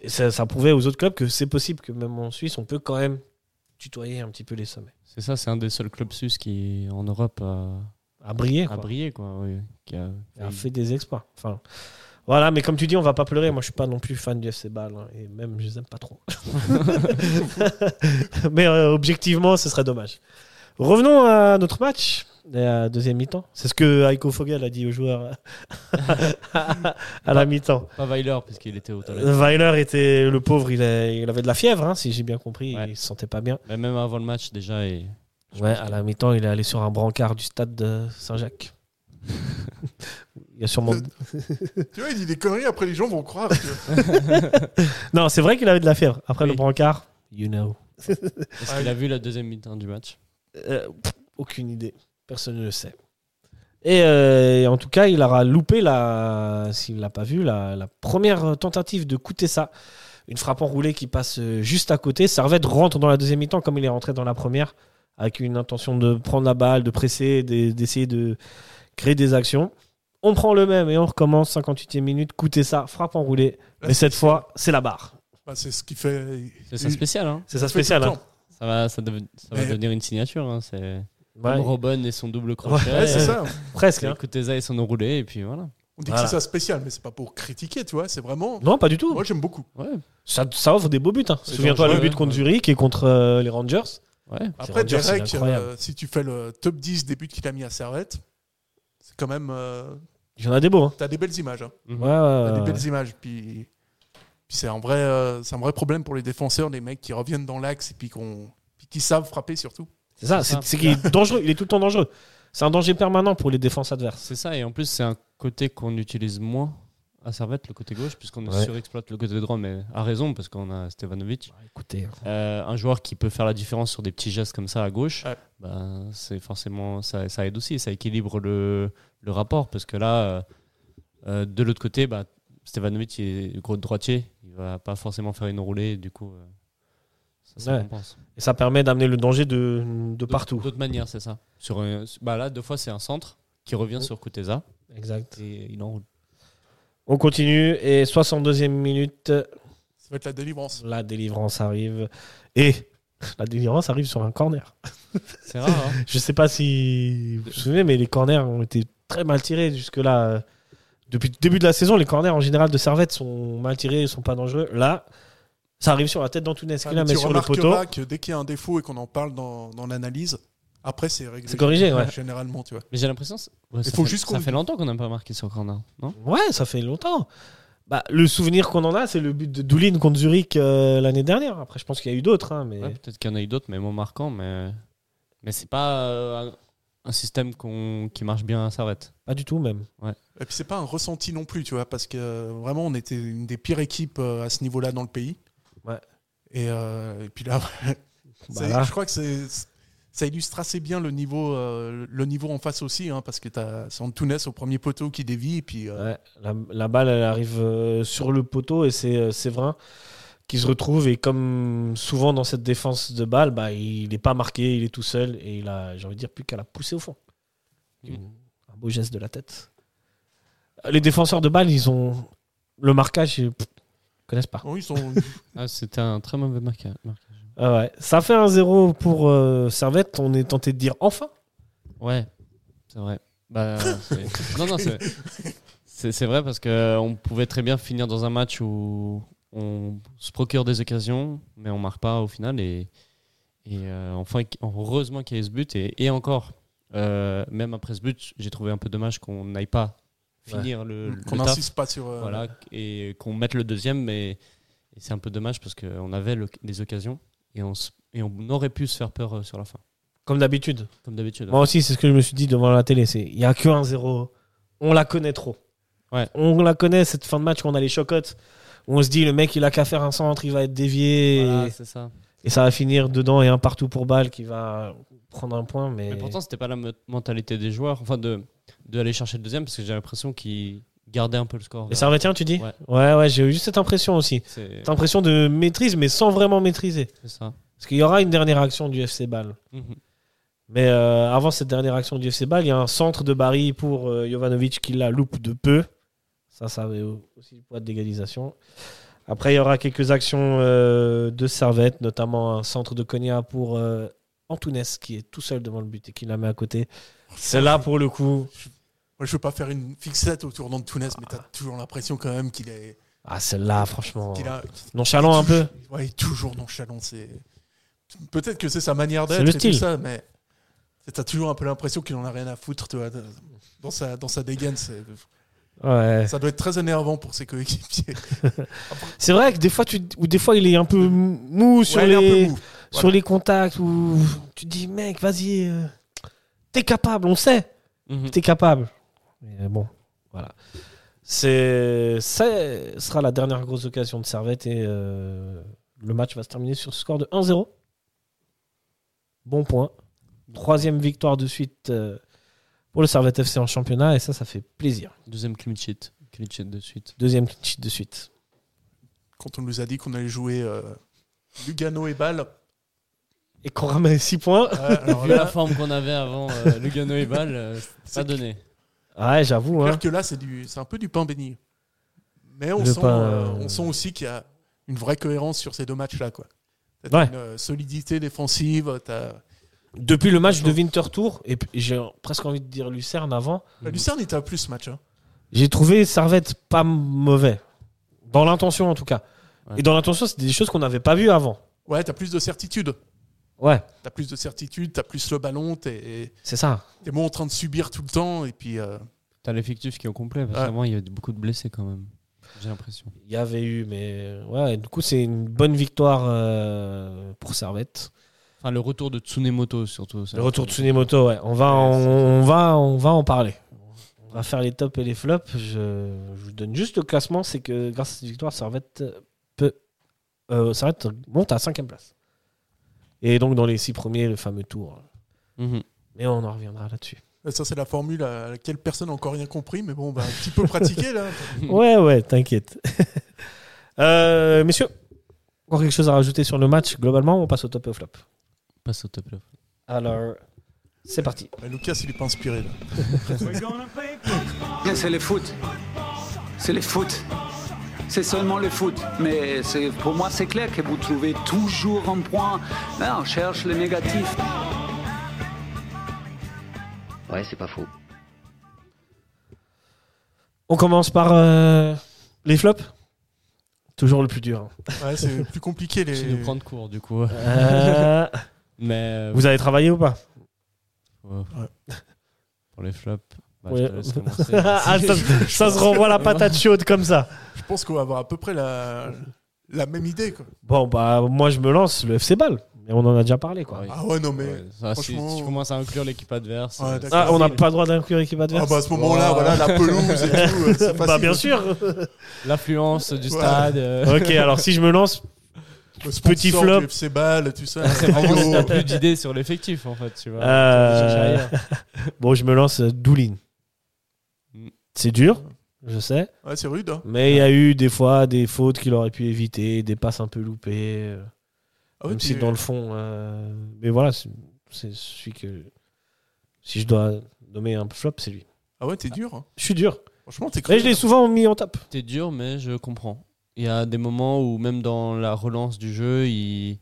E: Et ça, ça prouvait aux autres clubs que c'est possible que même en Suisse, on peut quand même tutoyer un petit peu les sommets.
F: c'est ça, c'est un des seuls clubs suisses qui en Europe a,
E: À briller,
F: a
E: quoi.
F: brillé, quoi. oui, qui a-
E: Et à fait des exploits. Enfin, voilà, mais comme tu dis, on va pas pleurer. Moi, je suis pas non plus fan du FC Bâle, hein, et même je les aime pas (laughs) trop. mais euh, objectivement, ce serait dommage. Revenons à notre match. et à deuxième mi-temps. C'est ce que Heiko Fogel a dit aux joueurs euh, (laughs) à la mi-temps.
F: Pas Weiler, parce qu'il était au toilette.
E: Weiler était le pauvre, il, est- il avait de la fièvre, hein, si j'ai bien compris,
F: Ouais.
E: il se sentait pas bien.
F: Mais même avant le match, déjà, et
E: Ouais, à la mi-temps, il est allé sur un brancard du stade de (laughs) Saint-Jacques. il y a sûrement.
G: Tu vois, il dit des conneries, après les gens vont croire. que-
E: Non, c'est vrai qu'il avait de la fièvre. Après le
F: Oui.
E: brancard, you know.
G: Ah
F: Est-ce qu'il a vu la deuxième mi-temps du match
E: Euh, pff, aucune idée. Personne ne le sait. Et euh, en tout cas, il aura loupé, la, s'il ne l'a pas vu, la, la première tentative de coûter ça. Une frappe enroulée qui passe euh, juste à côté. Servette rentre dans la deuxième mi-temps comme il est rentré dans la première, avec une intention de prendre la balle, de presser, de- d'essayer de créer des actions. On prend le même et on recommence 58e minute, coûter ça, frappe enroulée. Mais
G: Là, c'est-
E: cette fois, c'est la barre.
G: Bah, c'est ce qui fait.
F: C'est ça spécial, hein.
E: C'est ça spécial. hein.
F: Ça va, ça dev- ça va
G: Mais-
F: devenir une signature. Hein. C'est
E: Ouais,
F: comme Robin et son double crochet.
E: Ouais,
G: Ouais, c'est ça.
E: presque.
F: C'est
E: hein.
F: Kuteza et son enroulé, et puis voilà.
G: On dit
E: Voilà.
G: que c'est ça spécial, mais c'est pas pour critiquer, tu vois. C'est vraiment.
E: Non, pas du tout.
G: Moi, j'aime beaucoup.
F: Ouais,
E: Ça, ça offre des beaux buts. hein.
F: C'est
E: Souviens-toi le
F: dangereux,
E: but contre
F: ouais.
E: Zurich et contre euh, les Rangers.
F: ouais.
G: Après,
E: Rodgers,
G: Derek,
E: c'est incroyable.
G: euh, si tu fais le top 10 des buts qu'il a mis à Servette, c'est quand même. euh,
E: Il y en a des beaux. hein.
G: T'as des belles images. hein.
E: Ouais, ouais,
G: T'as
E: Euh, ouais.
G: des belles images. Puis, puis c'est un, vrai, euh, c'est un vrai problème pour les défenseurs, les mecs qui reviennent dans l'axe et puis, qu'on- puis qui savent frapper surtout.
E: C'est ça,
F: C'est
E: c'est
F: ça.
E: c'est qu'il est dangereux, il est tout le temps dangereux. C'est un danger permanent pour les défenses adverses.
F: C'est ça, et en plus, c'est un côté qu'on utilise moins à Servette, le côté gauche, puisqu'on
E: Ouais.
F: surexploite le côté droit, mais à raison, parce qu'on a Stevanovic.
E: Écoutez,
F: Euh, un joueur qui peut faire la différence sur des petits gestes comme ça à gauche,
G: Ouais.
F: ben, c'est forcément ça, ça aide aussi, ça équilibre le, le rapport parce que là, euh, euh, de l'autre côté, bah, Stevanovic il est gros droitier, il va pas forcément faire une roulée, du coup, euh, ça, ça
E: Ouais.
F: compense.
E: et ça permet d'amener le danger de, de partout.
F: D'autres manières, c'est ça. Sur un- bah, là, deux fois, c'est un centre qui revient sur Kuteza
E: Exact.
F: Oh. et il enroule.
E: On continue et 62e minute,
G: Ça va être la délivrance.
E: la délivrance arrive et (laughs) la délivrance arrive sur un corner.
F: C'est rare. hein.
E: Je sais pas si vous vous souvenez, mais les corners ont été très mal tirés jusque-là. euh, Depuis le début de la saison, les corners en général de Servette sont mal tirés, ils sont pas dangereux. Là, ça arrive sur la tête d'Antunes qui
G: Ah,
E: la
G: mais
E: met
G: tu
E: sur le poteau.
G: remarqueras que dès qu'il y a un défaut et qu'on en parle dans, dans l'analyse, après, c'est réglé.
E: C'est corrigé, ouais.
G: Généralement, tu vois.
F: (laughs) Mais j'ai l'impression, c'est- ouais, ça,
G: faut
F: fait,
G: juste
F: ça
G: qu'on-
F: fait longtemps qu'on n'a pas marqué sur corner, non
E: Ouais, ça fait longtemps. Bah, le souvenir qu'on en a, c'est le but de Doulin contre Zurich euh, l'année dernière. Après, je pense qu'il y a eu d'autres. hein, mais...
F: Ouais, peut-être qu'il y en a eu d'autres, mais moins marquants. Mais, mais c'est pas euh, un- un système qu'on- qui marche bien à Servette.
E: Pas du tout, même.
G: Et puis c'est pas un ressenti non plus, tu vois, parce que euh, vraiment on était une des pires équipes euh, à ce niveau-là dans le pays.
E: Ouais.
G: Et, euh, et puis là, (laughs)
E: Bah
G: c'est-
E: là.
G: je crois que c'est- ça illustre assez bien le niveau, euh, le niveau en face aussi, hein, parce que t'as c'est Antunes au premier poteau qui dévie, et puis euh,
E: Ouais, la, la balle, elle arrive euh, sur le poteau et c'est euh, Séverin qui se retrouve. Et comme souvent dans cette défense de balle, bah, il n'est pas marqué, il est tout seul. Et il a, j'ai envie de dire, plus qu'à la pousser au fond.
F: Mm.
E: Une- Un beau geste de la tête. Les défenseurs de balle, ils ont le marquage, ils pff, connaissent pas.
G: bon,
E: (laughs)
G: ils sont
F: Ah, c'était un très mauvais marquage.
E: Ah ouais. Ça fait un 0 pour euh, Servette. On est tenté de dire enfin.
F: Ouais, c'est vrai. Bah, c'est- (laughs) non, non, c'est c'est- c'est vrai parce qu'on pouvait très bien finir dans un match où on se procure des occasions, mais on marque pas au final. Et, et euh, enfin, heureusement qu'il y ait ce but. Et, et encore, euh, même après ce but, j'ai trouvé un peu dommage qu'on n'aille pas finir le, le
G: qu'on
F: taf.
G: n'insiste pas sur. euh,
F: voilà, et qu'on mette le deuxième, mais et c'est un peu dommage parce qu'on avait le- les occasions et on, se- et on aurait pu se faire peur euh, sur la fin,
E: Comme d'habitude.
F: comme d'habitude.
E: Moi aussi, c'est ce que je me suis dit devant la télé. C'est il y a que un 0. On la connaît trop.
F: Ouais.
E: On la connaît cette fin de match où on a les chocottes. où On se dit le mec il a qu'à faire un centre, il va être dévié
F: Voilà,
E: et-
F: c'est ça.
E: et, ça va finir dedans et un partout pour balle qui va prendre un point. Mais,
F: Mais pourtant, c'était pas la me- mentalité des joueurs, enfin de d'aller chercher le deuxième parce que j'ai l'impression qu'ils gardaient un peu le score.
E: et ça retient, tu dis
F: Ouais.
E: ouais, ouais, j'ai eu juste cette impression aussi.
F: C'est
E: Cette impression de maîtrise, mais sans vraiment maîtriser.
F: c'est ça.
E: Parce qu'il y aura une dernière action du FC Ball.
F: Mhm.
E: Mais euh, avant cette dernière action du FC Ball, il y a un centre de Barry pour euh, Jovanovic qui la loupe de peu. Ça, ça avait au- aussi le poids de l'égalisation. Après, il y aura quelques actions euh, de Servette, notamment un centre de Konya pour euh, Antunes qui est tout seul devant le but et qui la met à côté. Celle-là, pour le coup,
G: Moi, je veux pas faire une fixette autour d'Antunes, mais t'as toujours l'impression quand même qu'il est,
E: ah, celle-là, franchement,
G: qu'il a,
E: nonchalant un peu.
G: Ouais, il est toujours nonchalant. C'est peut-être que c'est sa manière
E: C'est
G: d'être
E: le
G: et tout
E: style.
G: ça, mais t'as toujours un peu l'impression qu'il en a rien à foutre, tu vois, de- dans sa dans sa dégaine. c'est-
E: Ouais.
G: Ça doit être très énervant pour ses coéquipiers. (laughs)
E: C'est vrai que des fois, tu, ou des fois, il est un peu mou sur
G: Ouais, il
E: les.
G: est un peu mou.
E: sur les contacts où tu te dis mec vas-y euh, t'es capable on sait
F: Mhm.
E: que t'es capable mais bon voilà c'est ça sera la dernière grosse occasion de Servette et euh, le match va se terminer sur ce score de 1-0 bon point Troisième victoire de suite euh, pour le Servette FC en championnat et ça, ça fait plaisir.
F: Deuxième clean sheet. Clean sheet de suite.
E: Deuxième clean sheet de suite.
G: Quand on nous a dit qu'on allait jouer euh, Lugano et Bâle,
E: Et qu'on ramène 6 points.
G: ouais, alors
F: Vu
G: là,
F: la forme qu'on avait avant euh, Lugano et
E: (laughs)
F: Bâle, euh, c'est pas
G: C'est-
F: donné.
E: Ouais, j'avoue.
G: clair
E: hein.
G: que là, c'est du- c'est un peu du pain béni. Mais on,
E: Le
G: sent,
E: pain,
G: euh,
E: euh,
G: on sent aussi qu'il y a une vraie cohérence sur ces deux matchs-là. quoi. T'as
E: Ouais.
G: une euh, solidité défensive, t'as...
E: Depuis le match de Winterthur, et puis j'ai presque envie de dire Lucerne avant,
G: Bah, Lucerne était à plus ce match. hein.
E: J'ai trouvé Servette pas mauvais. Dans l'intention, en tout cas.
F: Ouais.
E: Et dans l'intention, c'était des choses qu'on n'avait pas vues avant.
G: Ouais, t'as plus de certitude.
E: Ouais,
G: T'as plus de certitude, t'as plus le ballon, t'es
E: c'est ça.
G: t'es moins en train de subir tout le temps. Et puis, euh,
F: T'as l'effectif qui est au complet, parce
G: Ouais.
F: qu'avant, il y avait beaucoup de blessés quand même. J'ai l'impression.
E: Il y avait eu, mais. Ouais, et du coup, c'est une bonne victoire euh, pour Servette.
F: Enfin, le retour de Tsunemoto, surtout. ça.
E: Le retour de Tsunemoto, ouais. On va, en- on, va, on va en parler. On va faire les tops et les flops. Je, je vous donne juste le classement c'est que grâce à cette victoire, Servette, peut, euh, Servette monte à 5 place. Et donc, dans les 6 premiers, le fameux tour.
F: Mhm.
E: Mais on en reviendra là-dessus.
G: ça, c'est la formule à laquelle personne n'a encore rien compris. Mais bon, bah, un petit peu pratiqué, (laughs) là.
E: Ouais, ouais, t'inquiète. (laughs) Euh, messieurs, encore quelque chose à rajouter sur le match globalement On passe au top et au flop.
F: Passe au top là.
E: Alors, c'est parti.
G: Bah, Lucas, il est pas inspiré, là.
A: Mais C'est le foot. C'est le foot. C'est seulement le foot. Mais c'est- pour moi, c'est clair que vous trouvez toujours un point. Là, on cherche le négatif.
H: Ouais, c'est pas faux.
E: On commence par euh, les flops. Toujours le plus dur. hein.
G: Ouais, c'est plus compliqué.
F: Je
G: Les...
F: vais nous prendre court, du coup.
E: Euh,
F: Mais euh,
E: vous avez travaillé ou pas
F: pour, pour les flops, bah,
E: Ouais.
F: je
E: (laughs)
F: te laisse commencer.
E: (laughs) Ah, ça, ça se renvoie la patate chaude comme ça.
G: Je pense qu'on va avoir à peu près la, la même idée. Quoi.
E: Bon, bah, moi je me lance le FC Ball. Mais on en a déjà parlé, quoi.
F: Ouais.
G: Ah ouais, non, mais.
F: Ouais, ça, si,
G: franchement-
F: si
E: euh,
F: tu commences à inclure l'équipe adverse,
G: Ouais,
F: euh,
G: d'accord.
E: Ah, on n'a pas le droit d'inclure l'équipe
G: Ah
E: adverse
G: bah à ce moment-là,
F: Wow.
G: voilà, la pelouse et tout. euh, c'est
E: Bah,
G: facile.
E: bien sûr (laughs)
F: l'affluence du
G: Ouais.
F: stade. euh,
E: Ok, alors si je me lance,
G: Le sponsor
E: Petit flop.
G: du FC Ball, tout ça.
F: C'est vraiment si
G: Yo.
F: (laughs) t'as plus d'idées sur l'effectif en fait, tu vois.
E: Euh,
F: T'as déjà cherché ailleurs.
E: Bon, je me lance euh, Doulin.
F: Mm.
E: C'est dur, je sais,
G: Ouais, c'est rude. hein.
E: mais il y a eu des fois des fautes qu'il aurait pu éviter, des passes un peu loupées, euh,
G: Ah ouais,
E: même
G: puis-
E: si dans le fond. euh, mais voilà, c'est c'est celui que. Si je dois nommer un flop, c'est lui.
G: Ah ouais, t'es dur. hein.
E: Je suis dur.
G: Franchement, t'es cru. hein.
E: Mais je l'ai souvent mis en top.
F: T'es dur, mais je comprends. Il y a des moments où même dans la relance du jeu, il,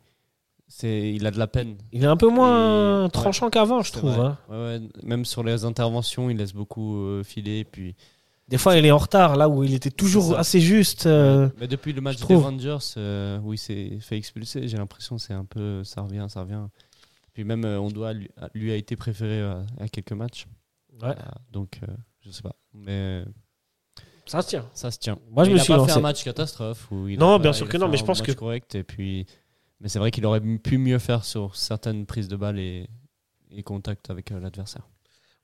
F: c'est, il a de la peine.
E: Il est un peu moins
F: Et-
E: tranchant qu'avant, je
F: C'est
E: trouve.
F: vrai.
E: hein.
F: Ouais, ouais. Même sur les interventions, il laisse beaucoup euh, filer. Puis...
E: Des fois, il est en retard, là où il était
F: C'est
E: toujours
F: ça.
E: assez juste. euh,
F: Mais depuis le match
E: je
F: des
E: trouve.
F: Rangers, euh, où il s'est fait expulser, j'ai l'impression que c'est un peu ça revient, ça revient. Puis même, euh, on doit lui, lui a été préféré euh, à, quelques matchs.
E: Ouais,
F: Euh, donc, euh, je sais pas. Mais
E: ça se tient.
F: ça se tient.
E: Moi, je
F: Mais
E: me
F: il a
E: suis
F: pas
E: lancé.
F: fait un match catastrophe. où il a
E: Non,
F: pas-
E: bien sûr
F: il a
E: que non,
F: fait
E: mais je
F: un
E: pense
F: match
E: que-
F: correct et puis, mais c'est vrai qu'il aurait pu mieux faire sur certaines prises de balles et, et contacts avec euh, l'adversaire.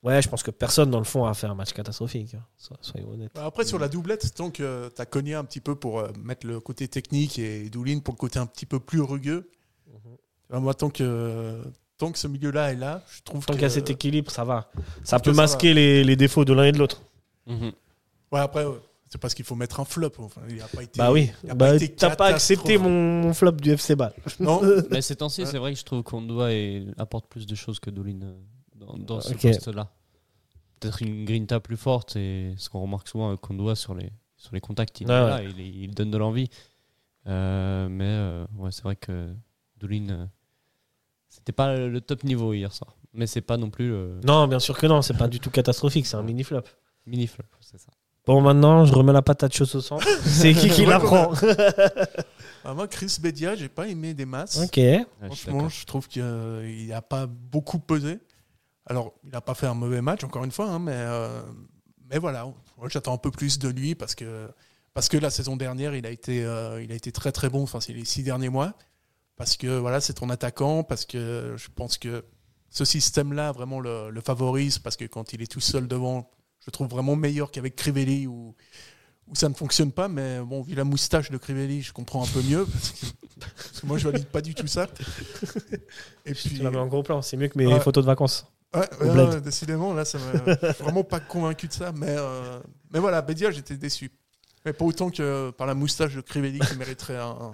E: Ouais, je pense que personne, dans le fond, a fait un match catastrophique. hein. So- Soyons honnêtes.
G: Bah, Après, sur la doublette, tant que euh, t'as cogné un petit peu pour euh, mettre le côté technique et Doulin pour le côté un petit peu plus rugueux. Bah, moi, tant que, tant que ce milieu-là est là, je trouve
E: Mhm. Tant
G: que.
E: qu'il y a cet équilibre, ça va. Ça
G: que
E: peut
G: ça
E: masquer les, les défauts de l'un et de l'autre.
G: Ouais, après, ouais, c'est parce qu'il faut mettre un flop. Enfin, il a pas été.
E: Bah oui.
G: il a
E: Bah,
G: été
E: T'as pas accepté mon,
G: catastrophe.
E: mon flop du FC Ball. (laughs)
G: Non,
F: Mais ces temps-ci,
G: Ouais.
F: c'est vrai que je trouve qu'on doit et apporte plus de choses que Dolin euh, dans, dans ce
E: Ok.
F: poste-là. Peut-être une grinta plus forte et ce qu'on remarque souvent avec Kondwa sur les, sur les contacts. Il,
E: Ah Ouais,
F: est là, il, est- il donne de l'envie. Euh, mais euh, ouais, c'est vrai que Dolin, euh, c'était pas le top niveau hier soir. Mais c'est pas non plus euh,
E: Non, bien sûr que non, c'est pas du tout catastrophique, c'est un mini flop.
F: mini flop. C'est ça.
E: Bon, maintenant, je remets la patate chausse au (laughs) centre. C'est qui qui la (laughs) prend
G: Bah, moi, Chris Bedia, j'ai pas aimé des masses.
E: Ok.
F: Ouais, Ah, je suis
G: Franchement,
F: d'accord.
G: je trouve qu'il n'a pas beaucoup pesé. Alors, il n'a pas fait un mauvais match, encore une fois, hein, mais, euh, mais voilà, moi, j'attends un peu plus de lui parce que, parce que la saison dernière, il a été, euh, il a été très très bon, enfin, c'est les six derniers mois, parce que voilà, c'est ton attaquant, parce que je pense que ce système-là vraiment le, le favorise, parce que quand il est tout seul devant, je le trouve vraiment meilleur qu'avec Crivelli ou, où ça ne fonctionne pas, mais bon, vu la moustache de Crivelli, je comprends un peu mieux, parce que, parce que moi, je valide pas du tout ça. Et puis,
E: Tu l'as mis en gros plan, c'est mieux que mes
G: Ouais.
E: photos de vacances.
G: Ouais,
E: Au
G: ouais,
E: bled.
G: ouais, décidément, là, ça m'a je suis vraiment pas convaincu de ça. Mais, euh, mais voilà, Bédia, j'étais déçu. Mais pas autant que euh, par la moustache de Crivelli qui mériterait un,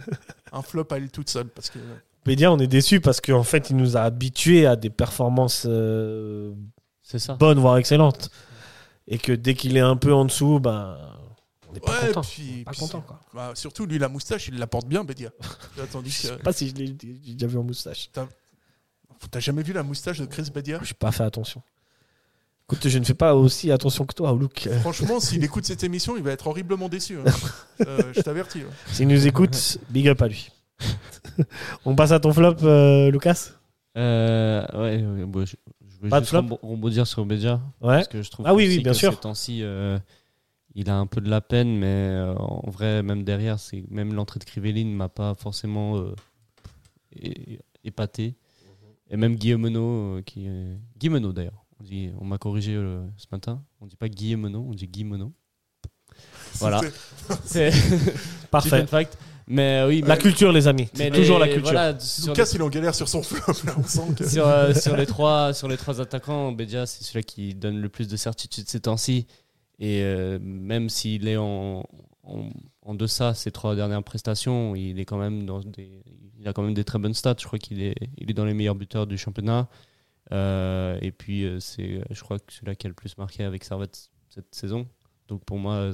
G: un flop à elle toute seule. Parce que,
E: Bédia, on est déçu parce qu'en fait, il nous a habitués à des performances euh,
F: C'est ça.
E: bonnes, voire excellentes. Et que dès qu'il est un peu en dessous, ben, on n'est pas
G: ouais,
E: content.
G: puis,
E: Pas
G: puis
E: content, quoi.
G: c'est- bah, surtout, lui, la moustache, il la porte bien, Bédia. Tandis
E: Je
G: que
E: sais pas si je l'ai j'ai déjà vu en moustache.
G: t'as jamais vu la moustache de Chris Bédia
F: Ah,
E: J'ai pas fait attention. Écoute, je ne fais pas aussi attention que toi au look. Euh,
G: Franchement, s'il écoute cette émission, il va être horriblement déçu.
F: (laughs)
G: hein. Euh, je t'avertis. ouais.
E: S'il nous écoute, big up à lui. on passe à ton flop, euh, Lucas
F: Euh, ouais, ouais, bon, je, je veux
E: Pas de
F: juste
E: flop
F: rembo- rebondir sur Bedia.
E: Ouais.
F: Parce que je trouve
E: Ah oui,
F: aussi
E: oui, bien
F: que
E: sûr.
F: ces temps-ci, euh, il a un peu de la peine, mais euh, en vrai, même derrière, c'est même l'entrée de Crivelli ne m'a pas forcément euh, é- épaté. Et même Guillemeno, euh, qui est- Guillemeno d'ailleurs. On, dit- on m'a corrigé euh, ce matin. On dit pas Guillemeno, on dit Guillemeno. Voilà. (laughs) C'est
G: C'était-
F: petit
E: Parfait.
F: fun fact. Mais euh, oui,
E: La
F: mais-
E: culture, les amis.
F: mais
E: C'est toujours
F: les-
E: la culture.
F: voilà, sur
G: Lucas, il en galère sur son flop. Là, on sent (laughs) que...
F: sur, euh, sur les trois, sur les trois attaquants, Bedia, c'est celui qui donne le plus de certitude ces temps-ci. Et euh, même s'il est en, en, en deçà ces trois dernières prestations, il est quand même dans des, il a quand même des très bonnes stats. Je crois qu'il est, il est dans les meilleurs buteurs du championnat. Euh, et puis euh, c'est, je crois que celui-là qui a le plus marqué avec Servette cette saison. Donc pour moi,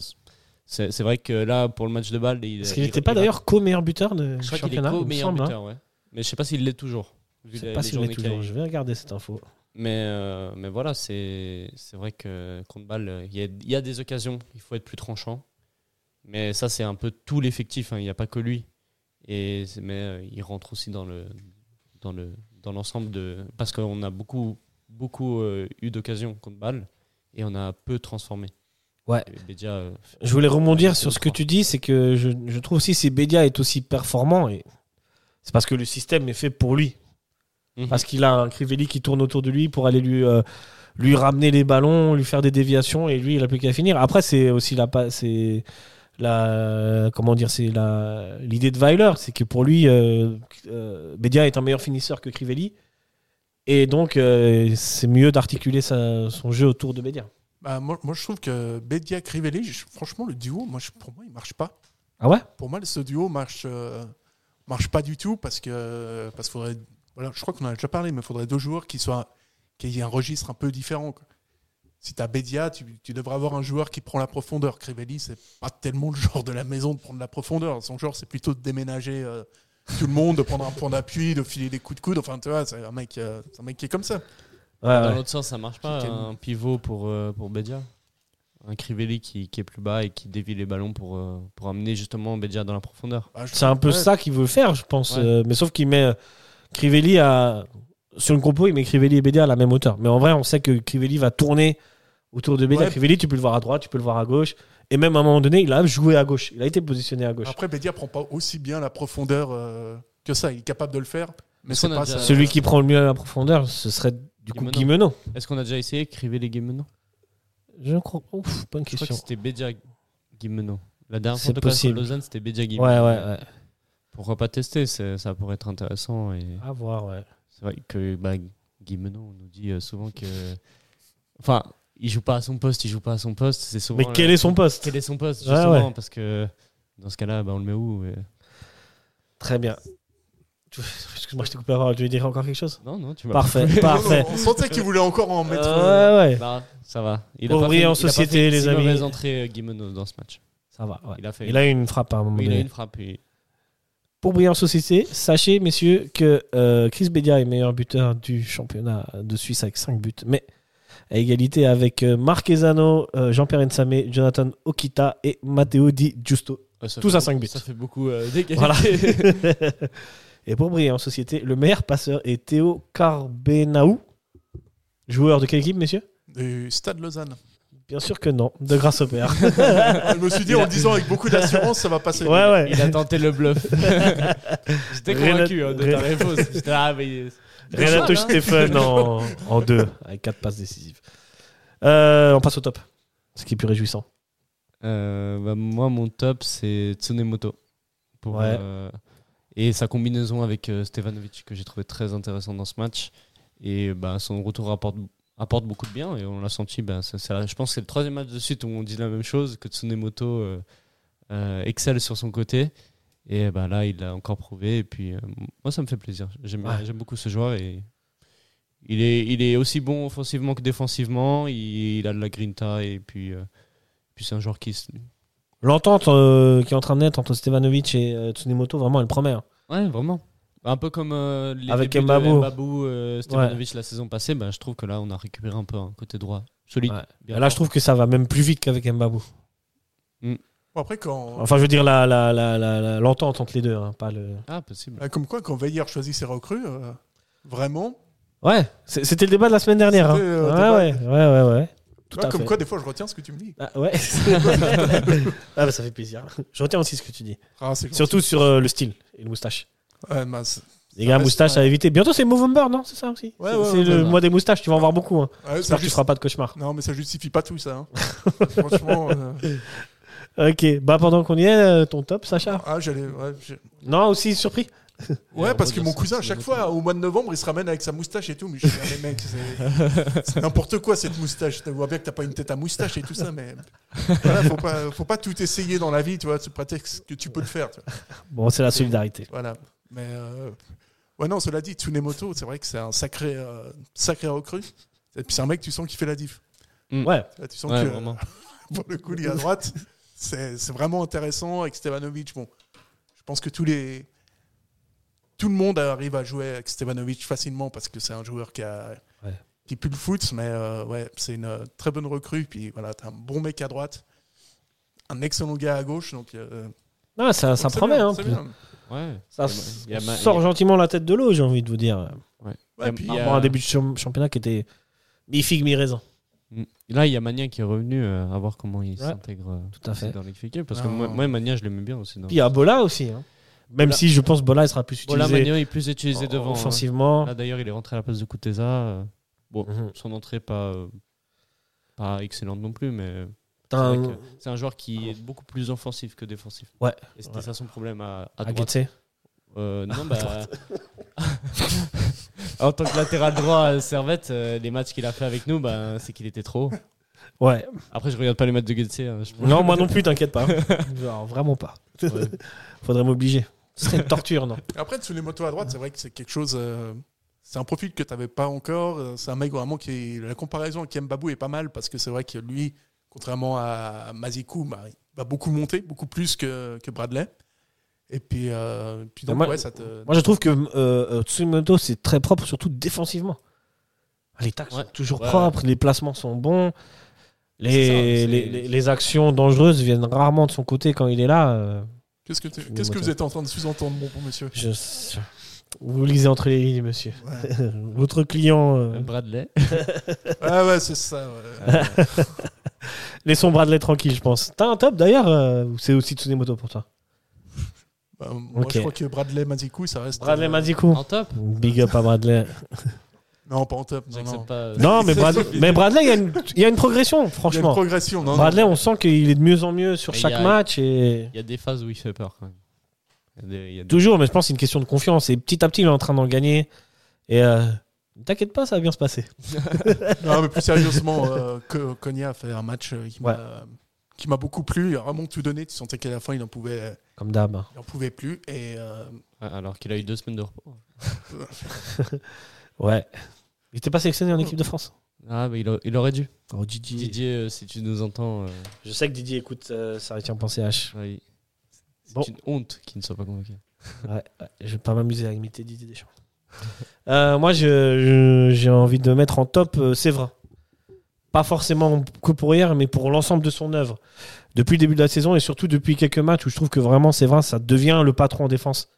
F: c'est c'est vrai que là pour le match de balle, il
E: Parce qu'il
F: il-
E: n'était pas
F: il-
E: d'ailleurs co-meilleur buteur de
F: Je crois qu'il est
E: championnat, il me
F: co-meilleur
E: semble, hein.
F: buteur, ouais. Mais je sais pas s'il l'est toujours. vu
E: Je sais
F: les-
E: pas
F: les
E: si je l'ai
F: journées qu'il a
E: toujours.
F: eues.
E: Je vais regarder cette info.
F: Mais, euh, mais voilà, c'est c'est vrai que contre balle, il y a, il y a des occasions, il faut être plus tranchant. Mais ça, c'est un peu tout l'effectif, hein, il n'y a pas que lui. Et, c'est- mais euh, il rentre aussi dans l'ensemble le, dans le, dans l'ensemble de. Parce qu'on a beaucoup, beaucoup euh, eu d'occasions contre balle et on a peu transformé.
E: Ouais.
F: Et Bedia, euh,
E: Je voulais rebondir sur
F: deux,
E: ce que
F: trois.
E: tu dis, c'est que je, je trouve aussi si Bédia est aussi performant, et c'est parce que le système est fait pour lui.
F: Mhm.
E: Parce qu'il a un Crivelli qui tourne autour de lui pour aller lui, euh, lui ramener les ballons, lui faire des déviations, et lui, il n'a plus qu'à finir. Après, c'est aussi la, pa- c'est la comment dire, c'est la l'idée de Weiler, c'est que pour lui, euh, euh, Bédia est un meilleur finisseur que Crivelli, et donc euh, c'est mieux d'articuler sa- son jeu autour de Bédia.
G: Bah, moi, moi, je trouve que Bédia Crivelli, je- franchement, le duo, moi, je- pour moi, il marche pas.
E: Ah ouais
G: Pour moi, ce duo marche, euh, marche pas du tout parce que parce qu'il faudrait. Voilà, je crois qu'on en a déjà parlé, mais il faudrait deux joueurs qui soient qui aient un registre un peu différent. quoi. Si tu as Bédia, tu, tu devrais avoir un joueur qui prend la profondeur. Crivelli, c'est pas tellement le genre de la maison de prendre la profondeur. Son genre, c'est plutôt de déménager euh, tout le monde, de prendre un point d'appui, de filer des coups de coude. Enfin, tu vois, c'est un mec, euh, c'est un mec qui est comme ça.
E: Ouais,
F: dans
E: Ah ouais.
F: l'autre sens, ça marche pas.
G: Qui-
F: Un pivot pour, euh, pour Bedia. Un Crivelli qui, qui est plus bas et qui dévie les ballons pour, euh, pour amener justement Bedia dans la profondeur.
G: Bah, je-
E: C'est un peu
G: ouais.
E: ça qu'il veut faire, je pense.
F: Ouais.
E: Euh, mais sauf qu'il met euh, Crivelli à. Sur le compo, il met Crivelli et Bédia à la même hauteur. Mais en vrai, on sait que Crivelli va tourner autour de Bédia.
G: Ouais.
E: Crivelli, tu peux le voir à droite, tu peux le voir à gauche. Et même à un moment donné, il a joué à gauche. Il a été positionné à gauche.
G: Après, Bédia prend pas aussi bien la profondeur euh, que ça. Il est capable de le faire, mais
F: Est-ce
G: c'est
F: qu'on a
G: pas
F: déjà-
G: ça.
E: Celui qui prend le mieux à la profondeur, ce serait du coup Guimeno.
F: Est-ce qu'on a déjà essayé Crivelli Guimeno
E: Je crois. Ouf, bonne
F: Je crois que
E: question.
F: c'était Bedia Guimeno. La dernière
E: C'est
F: fois de classe sur
E: possible.
F: Lausanne, c'était Bedia
E: Ouais,
F: Guimeno. Euh,
E: ouais, ouais.
F: Pourquoi pas tester c'est- Ça pourrait être intéressant. Et
E: À voir, ouais.
F: c'est vrai que bah, Guimeno, on nous dit euh, souvent que. Enfin, il joue pas à son poste, il joue pas à son poste. C'est souvent
E: Mais
F: le-
E: quel est son poste
F: quel est son poste
E: Ouais,
F: justement
E: ouais.
F: Parce que dans ce cas-là, bah, on le met où euh
E: Très bien. Tu- (laughs) Excuse-moi, je t'ai coupé la parole. Tu veux dire encore quelque chose
F: Non, non, tu m'as. (laughs)
E: Parfait, parfait.
G: On sentait qu'il voulait encore en mettre. euh,
E: Euh, ouais, ouais.
F: Bah, ça va. Il
E: Ouvrier
F: fait-
E: en
F: il pas
E: société,
F: fait une
E: les
F: si
E: amis.
F: mauvaise entrée euh, Guimeno dans ce match.
E: Ça va. ouais.
F: Il a fait.
E: Il a eu une frappe à un moment
F: Oui, il
E: donné.
F: a eu une frappe. et-
E: Pour briller en société, sachez, messieurs, que euh, Chris Bedia est meilleur buteur du championnat de Suisse avec 5 buts, mais à égalité avec euh, Marquezano, euh, Jean-Pierre Nsamé, Jonathan Okita et Matteo Di
F: (laughs)
E: Giusto.
F: Ouais, euh, ça
E: Tous
F: fait-
E: à cinq buts.
F: Ça fait beaucoup
E: (laughs)
F: euh, d'égalité. (laughs)
E: Voilà. et pour briller en société, le meilleur passeur est Théo Carbenaou. Joueur de quelle équipe, messieurs
G: Du
F: (laughs)
G: Stade Lausanne.
E: Bien sûr que non, de grâce au père.
G: je me suis dit, en le disant avec beaucoup d'assurance, ça va passer.
E: ouais, ouais.
F: Il a tenté
E: (laughs)
F: le bluff. (laughs) J'étais
E: Renato-
F: convaincu hein, de ta réponse. J'étais là, ah, mais
E: Renato Stephen en, en deux, avec quatre passes décisives. Euh, on passe au top, ce qui est plus réjouissant.
F: Euh, bah, moi, mon top, c'est Tsunemoto. Pour,
E: Ouais.
F: euh, et sa combinaison avec euh, Stevanovic, que j'ai trouvé très intéressant dans ce match. Et bah, son retour apporte, apporte beaucoup de bien. Et on l'a senti, bah, ça- c'est la- je pense que c'est le troisième match de suite où on dit la même chose, que Tsunemoto euh, euh, excelle sur son côté. Et bah, là, il l'a encore prouvé. Et puis, euh, moi, ça me fait plaisir. J'aime
E: Ouais.
F: j'aime beaucoup ce joueur. Et il est, il est aussi bon offensivement que défensivement. Il, il a de la grinta. Et puis, euh, puis c'est un joueur qui, se-
E: L'entente euh, qui est en train de naître entre Stevanovic et euh, Tsunemoto, vraiment, elle promet. hein.
F: Ouais, vraiment. Un peu comme euh, les
E: Avec
F: débuts de
E: Mbabou.
F: Mbabou, euh, Stevanovic la saison passée, ben, je trouve que là, on a récupéré un peu un côté droit solide.
E: Ouais.
F: bien
E: Là,
F: fort.
E: je trouve que ça va même plus vite qu'avec Mbabou.
G: Bon, après, quand,
E: Enfin, je veux dire, la- la- la- la- la- l'entente entre les deux, hein, pas le.
F: Ah, possible.
G: euh, comme quoi, quand Veillard choisit ses recrues, euh, vraiment,
E: Ouais, c'est- c'était le débat de la semaine dernière. hein.
G: C'était, euh,
E: ouais, ouais, ouais, ouais, ouais. Tout
G: tu vois,
E: à
G: bah, comme
E: fait.
G: quoi, des fois, je retiens ce que tu me dis.
E: Ah, ouais. (laughs) ah bah, ça fait plaisir. Je retiens aussi ce que tu dis.
G: Ah, c'est gentil.
E: Surtout sur euh, le style et le moustache.
G: Ouais, mince.
E: Les gars,
G: reste,
E: moustache
G: ouais.
E: à éviter. Bientôt, c'est Movember, non C'est ça aussi
G: Ouais,
E: C'est-
G: ouais,
E: C'est
G: ouais,
E: le
F: ouais.
E: mois des moustaches, tu vas en voir beaucoup. hein.
G: Ouais, ça
E: J'espère que tu
G: juste-
E: feras pas de cauchemar.
G: Non, mais ça justifie pas tout ça.
E: (laughs)
G: hein. Franchement, euh,
E: Ok, bah pendant qu'on y est, euh, ton top, Sacha
G: ah, j'allais. Ouais, j'ai-
E: Non, aussi surpris
G: Ouais,
F: en
G: parce
F: gros,
G: que
F: dans
G: mon
F: ce
G: cousin, à
F: sens,
G: chaque
F: c'est
G: fois, au mois de novembre, il se ramène avec sa moustache et tout. Mais je dis, ah, mais mec, c'est
E: (laughs)
G: c'est n'importe quoi cette moustache. Je te vois bien que t'as pas une tête à moustache et tout ça, mais voilà, faut pas, faut pas tout essayer dans la vie, tu vois, sous prétexte que tu peux le faire. tu vois.
E: Bon, c'est la solidarité.
G: Voilà. Mais euh, ouais, non, cela dit, Tsunemoto, c'est vrai que c'est un sacré, euh, sacré recrue. Et puis c'est un mec, tu sens qu'il fait la diff.
E: Ouais,
G: Tu vois, Tu sens
F: Ouais,
G: que
E: euh, (laughs)
F: vraiment.
G: (laughs) pour le coup, il est à droite. C'est c'est vraiment intéressant avec Stevanovic. Bon, je pense que tous les tout le monde arrive à jouer avec Stevanovic facilement parce que c'est un joueur qui a
E: Ouais.
G: qui pue le foot, mais euh, ouais, c'est une euh, très bonne recrue. Puis voilà, t'as un bon mec à droite, un excellent gars à gauche, donc euh,
E: Ah, ça, ça
G: c'est
E: promet.
G: bien,
E: hein.
G: c'est bien.
F: Ouais.
E: Ça
F: Il y a ma-
E: sort
F: il y a-
E: gentiment la tête de l'eau, j'ai envie de vous dire. euh,
G: Ouais, puis,
F: Il y a-
E: Par rapport à un début de cham- championnat qui était mi-figue, mi-raisin.
F: Mm. Là, il y a Mania qui est revenu euh, à voir comment il
E: Ouais.
F: s'intègre euh,
E: Tout à
F: aussi
E: fait.
F: dans l'équipe. Parce
G: Non.
F: que moi, moi, Mania, je l'aimais bien aussi. Dans...
E: Puis il y a Bola aussi. hein. Même
F: Bola.
E: si je pense Bola il sera plus
F: Bon, là,
E: utilisé
F: Mania est plus utilisé devant. hein.
E: offensivement.
F: Là, d'ailleurs, il est rentré à la place de Kuteza. euh, Bon,
E: Mhm.
F: son entrée pas, euh, pas excellente non plus, mais
E: T'as
F: C'est
E: un-
F: vrai que c'est un joueur qui est beaucoup plus offensif que défensif.
E: Ouais.
F: Et c'était
E: Ouais.
F: ça son problème à, à
E: Ah,
F: droite.
E: Guetze.
F: Euh, non, bah. (laughs) en tant que latéral droit à Servette, euh, les matchs qu'il a fait avec nous, bah, c'est qu'il était trop. haut.
E: Ouais.
F: Après, je regarde pas les matchs de Guetsé. hein, je-
E: Non, moi non plus, t'inquiète
F: (laughs)
E: pas. Genre, vraiment pas. Faudrait m'obliger. Ce serait une torture, non
G: Après, sous les motos à droite, c'est vrai que c'est quelque chose. euh, c'est un profil que tu n'avais pas encore. Euh, C'est un mec vraiment qui. est- La comparaison avec Mbabou est pas mal parce que c'est vrai que lui, contrairement à Mazikou, bah, il va beaucoup monter, beaucoup plus que, que Bradley. Et puis, euh, puis donc,
E: Moi-
G: ouais, ça te.
E: Moi, je trouve que euh, euh, Tsunemoto, c'est très propre, surtout défensivement. Les tacles
F: Ouais.
E: sont toujours
F: Ouais.
E: propres, les placements sont bons,
F: C'est
E: les,
F: ça, c'est-
E: les, les- les actions dangereuses viennent rarement de son côté quand il est là. euh,
G: Qu'est-ce que, tu-
E: Tsunemoto.
G: qu'est-ce que vous êtes en train de sous-entendre, mon bon monsieur
E: je- je- Vous lisez entre les lignes, monsieur. (laughs) Votre client. euh, (laughs)
F: Bradley.
G: Ah ouais, c'est ça. ouais.
E: Laissons Bradley tranquille, je pense. T'as un top d'ailleurs euh, ou c'est aussi Tsunemoto pour toi
G: Bah, moi,
E: Ok.
G: je crois que Bradley, Mazikou, ça reste.
E: Bradley
G: euh,
E: Mazikou.
F: En top
E: Big up à
F: (laughs)
E: Bradley.
G: Non, pas en top. Non, non.
F: J'accepte pas. euh,
E: Non, mais, Brad- mais Bradley, il y a
F: (laughs)
E: une- il y, a une progression,
G: Il y a une
E: franchement.
G: progression. Non, non.
E: Bradley, on sent qu'il est de mieux en mieux sur
F: Mais il y
E: chaque
F: a-
E: match. Et...
F: Il y a des phases où il fait peur quand même. Il y a des- il y a des-
E: Toujours, mais je pense que c'est une question de confiance. Et petit à petit, il est en train d'en gagner. Et euh, ne t'inquiète pas, ça va bien se passer.
G: Non, mais plus sérieusement, euh, Co- Konya a fait un match euh, qui m'a
E: Ouais.
G: qui m'a beaucoup plu. Il a vraiment tout donné. Tu sentais qu'à la fin, il n'en pouvait,
E: Comme d'hab. hein.
G: il en pouvait plus. Et euh,
F: Ah, Alors qu'il a eu deux semaines de repos.
E: Ouais. Il était pas sélectionné en équipe de France.
F: Ah, mais il, a- il aurait dû.
E: Oh, Didier.
F: Didier, euh, si tu nous entends, euh,
E: Je sais que Didier écoute, euh, ça retient penser H.
F: oui. c'est
E: Bon.
F: une honte qu'il ne soit pas convoqué.
E: Je vais pas m'amuser à imiter Didier Deschamps. (laughs) Euh, moi, je- je- j'ai envie de mettre en top euh, Séverin. Pas forcément que pour hier, mais pour l'ensemble de son œuvre. Depuis le début de la saison et surtout depuis quelques matchs où je trouve que vraiment Séverin, ça devient le patron en défense.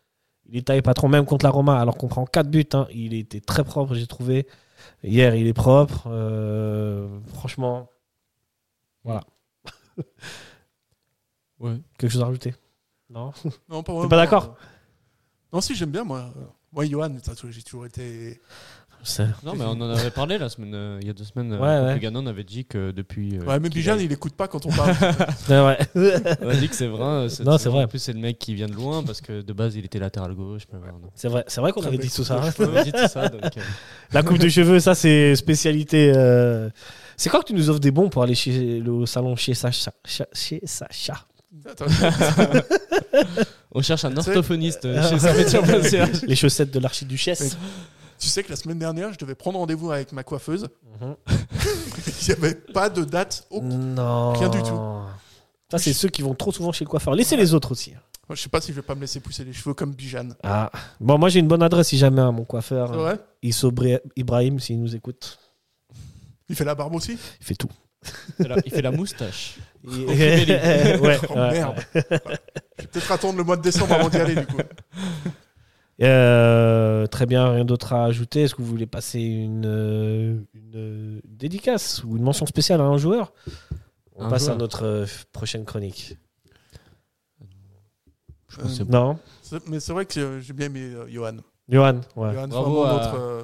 E: Il est taillé patron même contre la Roma, alors qu'on prend 4 buts. hein. Il était très propre, j'ai trouvé. Hier, il est propre. Euh, franchement, voilà.
F: Ouais.
E: Quelque chose à rajouter Non
G: non,
E: pas d'accord
G: Non, si, j'aime bien, moi. Moi, Johan, t'as tou- j'ai toujours été
E: (laughs) Ça-
F: Non, mais on en avait parlé la semaine, euh, il y a deux semaines. euh,
E: Ouais,
F: quand
E: ouais.
F: le Ganon avait dit que depuis. euh,
G: Ouais, mais
F: qu'il
G: Bijan,
F: a-
G: il écoute pas quand on
E: (laughs)
G: parle.
E: C'est vrai.
F: on a dit que c'est vrai. euh,
E: (laughs) Non, c'est vrai.
F: En plus, c'est le mec qui vient de loin parce que de base, il était latéral gauche. mais voilà, non.
E: C'est vrai, c'est vrai qu'on avait dit tout ça.
F: Je peux dire tout ça, donc, euh,
E: La coupe de cheveux, ça, c'est spécialité. euh, C'est quoi que tu nous offres des bons pour aller chez le salon chez Sacha Cha- Chez Sacha.
G: Attends,
F: on cherche un
G: Tu sais-
F: orthophoniste euh,
E: (laughs)
F: chez Servetier Concierge.
E: Les chaussettes de l'archiduchesse.
G: tu sais que la semaine dernière, je devais prendre rendez-vous avec ma coiffeuse.
E: Mhm.
G: (laughs) Il n'y avait pas de date.
E: Mm.
G: au-
E: Non.
G: Rien du tout.
E: Ça, c'est ceux qui vont trop souvent chez le coiffeur. Laissez les autres aussi. hein.
G: Moi, je sais pas si je vais pas me laisser pousser les cheveux comme Bijan.
E: Ah. Bon, moi, j'ai une bonne adresse si jamais à mon
G: C'est
E: coiffeur.
G: vrai
E: Isso Ibrahim, s'il nous écoute.
G: Il fait la barbe aussi
E: Il fait tout.
F: Il fait la- Il fait la moustache.
E: (laughs) ouais,
G: (laughs) Oh
E: ouais.
G: merde Je vais peut-être attendre le mois de décembre avant d'y aller du coup.
E: Euh, très bien, rien d'autre à ajouter. Est-ce que vous voulez passer une, euh, une, euh, dédicace ou une mention spéciale à un joueur On
F: Un
E: passe à
F: joueur.
E: notre euh, prochaine chronique.
F: Je pense que c'est bon.
E: Non
G: C'est- Mais c'est vrai que euh, j'ai bien aimé euh, Johan.
E: Johan Ouais.
G: Johan, c'est
F: Bravo
G: vraiment
F: à-
G: notre, euh,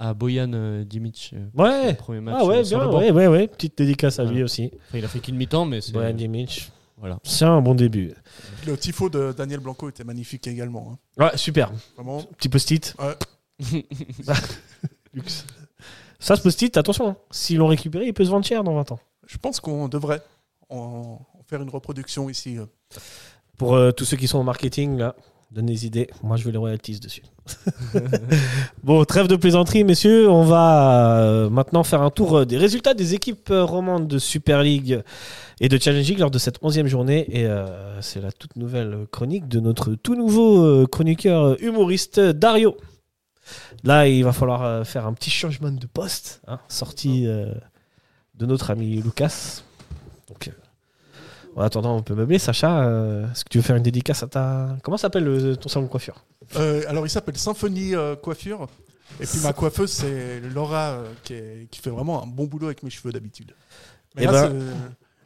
F: À Boyan euh, Dimic. euh,
E: Ouais
F: le Premier match
E: Ah ouais,
F: euh, sur
E: bien,
F: le banc.
E: ouais, ouais, ouais. Petite dédicace à lui
F: Ouais.
E: aussi.
F: Enfin, il a fait qu'une mi-temps, mais c'est. euh,
E: Boyan Dimic.
F: Voilà.
E: C'est un bon début.
G: Le tifo de Daniel Blanco était magnifique également. hein.
E: Ouais, super.
G: Vraiment.
E: Petit post-it.
G: Ouais.
E: (laughs) Luxe. Ça, ce post-it, attention. hein. S'ils l'ont récupéré, il peut se vendre cher dans 20 ans.
G: Je pense qu'on devrait en, en faire une reproduction ici. euh.
E: Pour euh, tous ceux qui sont en marketing, là, donnez des idées. Moi, je veux les royalties dessus. bon, trêve de plaisanterie, messieurs. On va euh, maintenant faire un tour euh, des résultats des équipes euh, romandes de Super League et de Challenge League lors de cette 11e journée. Et euh, c'est la toute nouvelle chronique de notre tout nouveau euh, chroniqueur euh, humoriste euh, Dario. Là, il va falloir euh, faire un petit changement de poste, hein, sorti euh, de notre ami Lucas. Donc, euh, en attendant, on peut meubler. Sacha, euh, est-ce que tu veux faire une dédicace à ta. Comment s'appelle euh, ton salon de coiffure
G: Euh, alors il s'appelle Symphonie euh, Coiffure. Et puis ma coiffeuse, c'est Laura euh, qui, est- qui fait vraiment un bon boulot avec mes cheveux d'habitude. Mais
E: Eh
G: là,
E: ben-
G: c'est-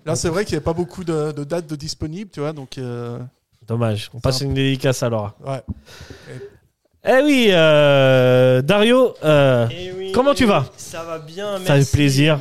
G: là, c'est vrai qu'il n'y avait pas beaucoup de, de dates de disponibles, tu vois. Donc, euh,
E: Dommage, on passe une dédicace à Laura.
G: ouais.
E: Eh oui, euh, Dario, euh,
I: Eh oui,
E: Comment tu vas
I: Ça va bien, merci.
E: ça fait plaisir.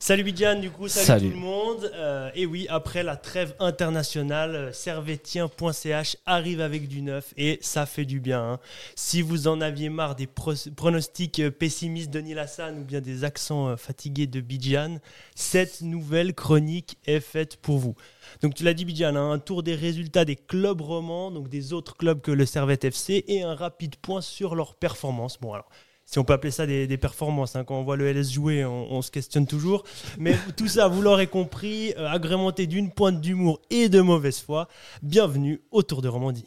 I: Salut Bidjan, du coup, salut,
E: Salut.
I: tout le monde. Euh, et oui, après la trêve internationale, euh, servetien.ch arrive avec du neuf et ça fait du bien. hein. Si vous en aviez marre des pros- pronostics euh, pessimistes de Neil Hassan ou bien des accents euh, fatigués de Bidjan, cette nouvelle chronique est faite pour vous. Donc tu l'as dit Bidjan, hein, un tour des résultats des clubs romans, donc des autres clubs que le Servette FC et un rapide point sur leur performance. Bon alors, si on peut appeler ça des, des performances, hein, quand on voit le LS jouer, on, on se questionne toujours. Mais (laughs) tout ça, vous l'aurez compris, euh, agrémenté d'une pointe d'humour et de mauvaise foi. Bienvenue au Tour de Romandie.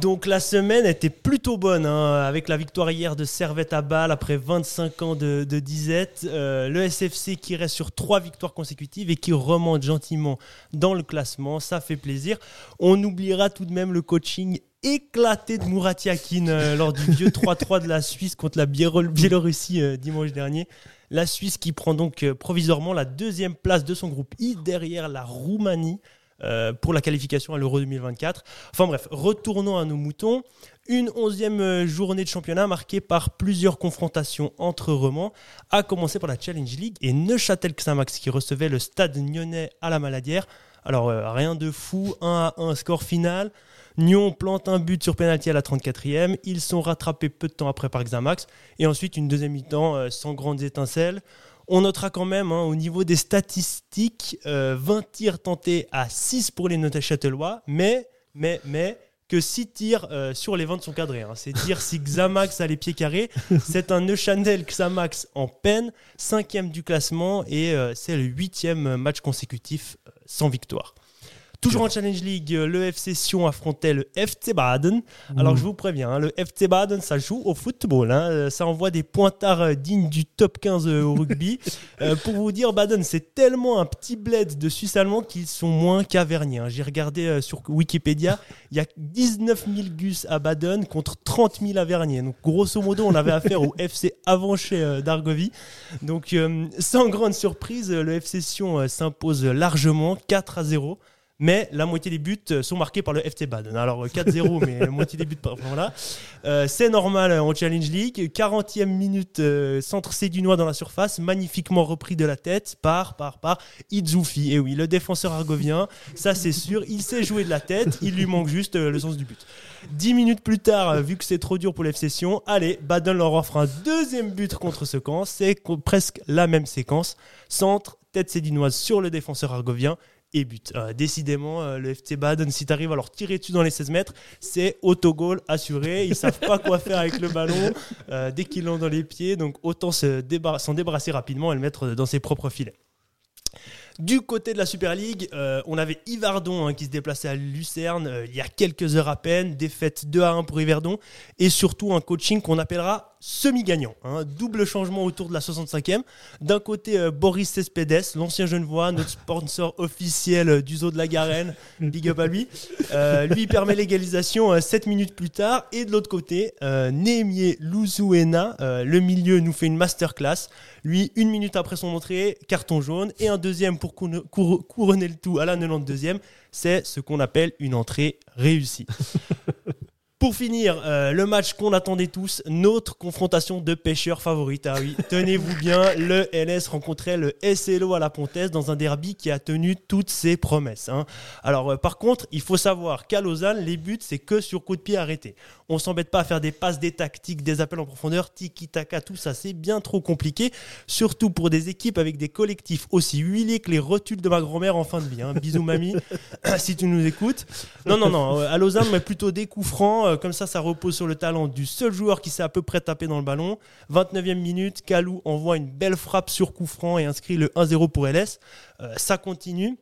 I: Donc la semaine était plutôt bonne, hein, avec la victoire hier de Servette à Bâle après 25 ans de, de disette. Euh, le SFC qui reste sur trois victoires consécutives et qui remonte gentiment dans le classement, ça fait plaisir. On oubliera tout de même le coaching éclaté de Murat Yakin euh, lors du vieux 3-3 de la Suisse contre la Biéro- Biélorussie euh, dimanche dernier. La Suisse qui prend donc euh, provisoirement la deuxième place de son groupe I derrière la Roumanie euh, pour la qualification à l'Euro 2024. Enfin bref, retournons à nos moutons. Une onzième euh, journée de championnat marquée par plusieurs confrontations entre romans, à commencer par la Challenge League et Neuchâtel-Xamax qui recevait le stade nyonnais à la Maladière. Alors euh, rien de fou, 1 à 1 score final. Nyon plante un but sur pénalty à la 34e. Ils sont rattrapés peu de temps après par Xamax. Et ensuite, une deuxième mi-temps euh, sans grandes étincelles. On notera quand même, hein, au niveau des statistiques, euh, 20 tirs tentés à 6 pour les notés châtelois. Mais, mais, mais, que 6 tirs euh, sur les 20 sont cadrés. hein. C'est dire si Xamax a les pieds carrés. C'est un Neuchâtel Xamax en peine, cinquième du classement. Et euh, c'est le huitième match consécutif euh, sans victoire. Toujours en Challenge League, euh, le FC Sion affrontait le FC Baden. Alors je vous préviens, hein, le FC Baden, ça joue au football. hein. Euh, Ça envoie des pointards euh, dignes du top 15 euh, au rugby. Euh, pour vous dire, Baden, c'est tellement un petit bled de Suisse allemand qu'ils sont moins caverniers. hein. J'ai regardé euh, sur Wikipédia, il y a 19 000 gus à Baden contre 30 000 à Vernier. Donc grosso modo, on avait affaire au FC Avanché euh, d'Argovie. Donc euh, sans grande surprise, euh, le FC Sion euh, s'impose largement 4 à 0. Mais la moitié des buts euh, sont marqués par le FC Baden. Alors euh, 4-0, mais la moitié des buts par. Voilà. Euh, c'est normal euh, en Challenge League. 40e minute, euh, centre Sédunois dans la surface, magnifiquement repris de la tête par, par, par Idzoufi. Et oui, le défenseur argovien, ça c'est sûr, il sait jouer de la tête, il lui manque juste euh, le sens du but. 10 minutes plus tard, euh, vu que c'est trop dur pour l'FC Sion, allez, Baden leur offre un deuxième but contre ce camp. C'est co- presque la même séquence. Centre, tête sédinoise sur le défenseur argovien et but. Euh, décidément, euh, le FC Baden, si tu arrives à leur tirer dessus dans les 16 mètres, c'est autogol assuré. Ils savent pas quoi faire avec le ballon euh, dès qu'ils l'ont dans les pieds. Donc autant se débar- s'en débarrasser rapidement et le mettre dans ses propres filets. Du côté de la Super League, euh, on avait Yverdon hein, qui se déplaçait à Lucerne euh, il y a quelques heures à peine, défaite 2 à 1 pour Yverdon et surtout un coaching qu'on appellera semi-gagnant. hein. Double changement autour de la 65e. D'un côté, euh, Boris Cespedes, l'ancien Genevois, notre sponsor officiel euh, du Zoo de la Garenne, big up à lui. Euh, lui il permet l'égalisation 7 minutes plus tard. Et de l'autre côté, euh, Némier Louzouena, euh, le milieu, nous fait une masterclass. Lui, une minute après son entrée, carton jaune et un deuxième pour couron- cour- couronner le tout à la 92e. C'est ce qu'on appelle une entrée réussie. Pour finir, euh, le match qu'on attendait tous, notre confrontation de pêcheurs favorite. Ah oui, tenez-vous bien, le LS rencontrait le SLO à la Pontaise dans un derby qui a tenu toutes ses promesses. hein. Alors euh, par contre, il faut savoir qu'à Lausanne, les buts, c'est que sur coup de pied arrêté. On s'embête pas à faire des passes, des tactiques, des appels en profondeur, tiki-taka, tout ça, c'est bien trop compliqué, surtout pour des équipes avec des collectifs aussi huilés que les rotules de ma grand-mère en fin de vie. hein. Bisous mamie, (coughs) si tu nous écoutes. Non, non, non. euh, À Lausanne, mais plutôt des coups francs. euh, Comme ça, ça repose sur le talent du seul joueur qui s'est à peu près tapé dans le ballon. 29e minute, Kalou envoie une belle frappe sur coup franc et inscrit le 1-0 pour LS. Euh, ça continue.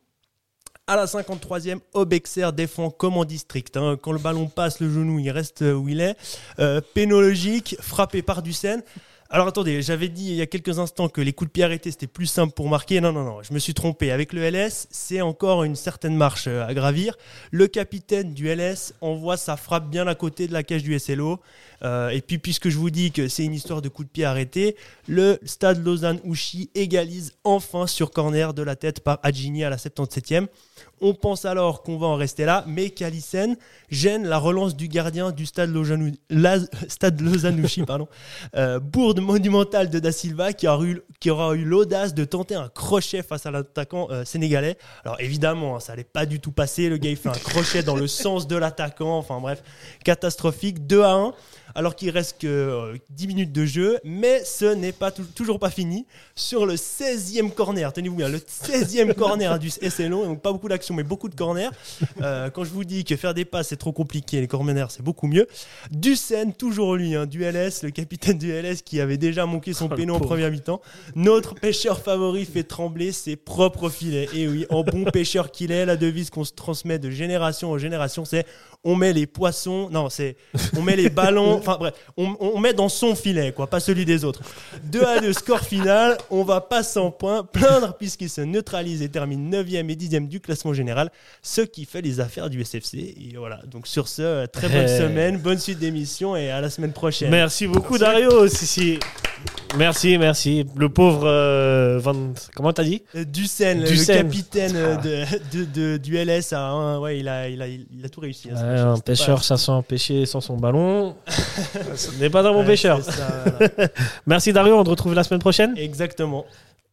I: À la 53e, Obexer défend comme en district. hein. Quand le ballon passe, le genou, il reste euh, où il est. Euh, pénologique, frappé par Dussen. Alors attendez, j'avais dit il y a quelques instants que les coups de pied arrêtés c'était plus simple pour marquer. Non, non, non, je me suis trompé. Avec le LS, c'est encore une certaine marche euh, à gravir. Le capitaine du LS envoie sa frappe bien à côté de la cage du SLO. Euh, et puis, puisque je vous dis que c'est une histoire de coup de pied arrêté, le stade Lausanne-Ouchy égalise enfin sur corner de la tête par Adjini à la 77e. On pense alors qu'on va en rester là, mais Kalisen gêne la relance du gardien du stade Lausanne- La- stade Lausanne-Ouchy. pardon. Euh, bourde monumentale de Da Silva qui aura eu, qui aura eu l'audace de tenter un crochet face à l'attaquant euh, sénégalais. Alors évidemment, hein, ça n'allait pas du tout passer. Le gars, il fait un crochet dans le sens de l'attaquant. Enfin bref, catastrophique. 2 à 1, alors qu'il reste que euh, 10 minutes de jeu. Mais ce n'est pas tou- toujours pas fini. Sur le 16e corner, tenez-vous bien, le 16e corner du SLO. Donc pas beaucoup d'action, mais beaucoup de corners. Euh, quand je vous dis que faire des passes, c'est trop compliqué. Les corners, c'est beaucoup mieux. Dussen, toujours lui, hein, du LS, le capitaine du LS qui avait déjà manqué son
E: Oh, le
I: péno en
E: pauvre.
I: première mi-temps. Notre pêcheur favori fait trembler ses propres filets. Et oui, en
E: (laughs)
I: bon pêcheur qu'il est, la devise qu'on se transmet de génération en génération, c'est on met les poissons, non, c'est on met les
E: (laughs)
I: ballons, enfin bref, on, on met dans son filet, quoi, pas celui des autres. 2 à 2, score final, on va pas sans points plaindre puisqu'il se neutralise et termine 9e et 10e du classement général, ce qui fait les affaires du SFC. Et voilà, donc sur ce, euh, très bonne
E: Eh.
I: semaine, bonne suite d'émission et à la semaine prochaine.
E: Merci beaucoup, Dario. Si, si. Merci, merci. Le pauvre euh, Van. Comment t'as dit
I: Euh, Dussen,
E: Dussen. Ah.
I: le capitaine euh, de, de- de- du LS, a, un- hein, ouais, il, a, il, a, il a tout réussi. hein,
E: Ouais,
I: ce match.
E: Euh, Un
I: C'était
E: pêcheur, ça sent pêcher sans
I: (laughs)
E: son ballon. Ce n'est pas un
I: pas-
E: bon
I: Ouais,
E: pêcheur.
I: c'est ça, voilà.
E: (laughs) Merci, Dario. On te retrouve la semaine prochaine.
I: Exactement.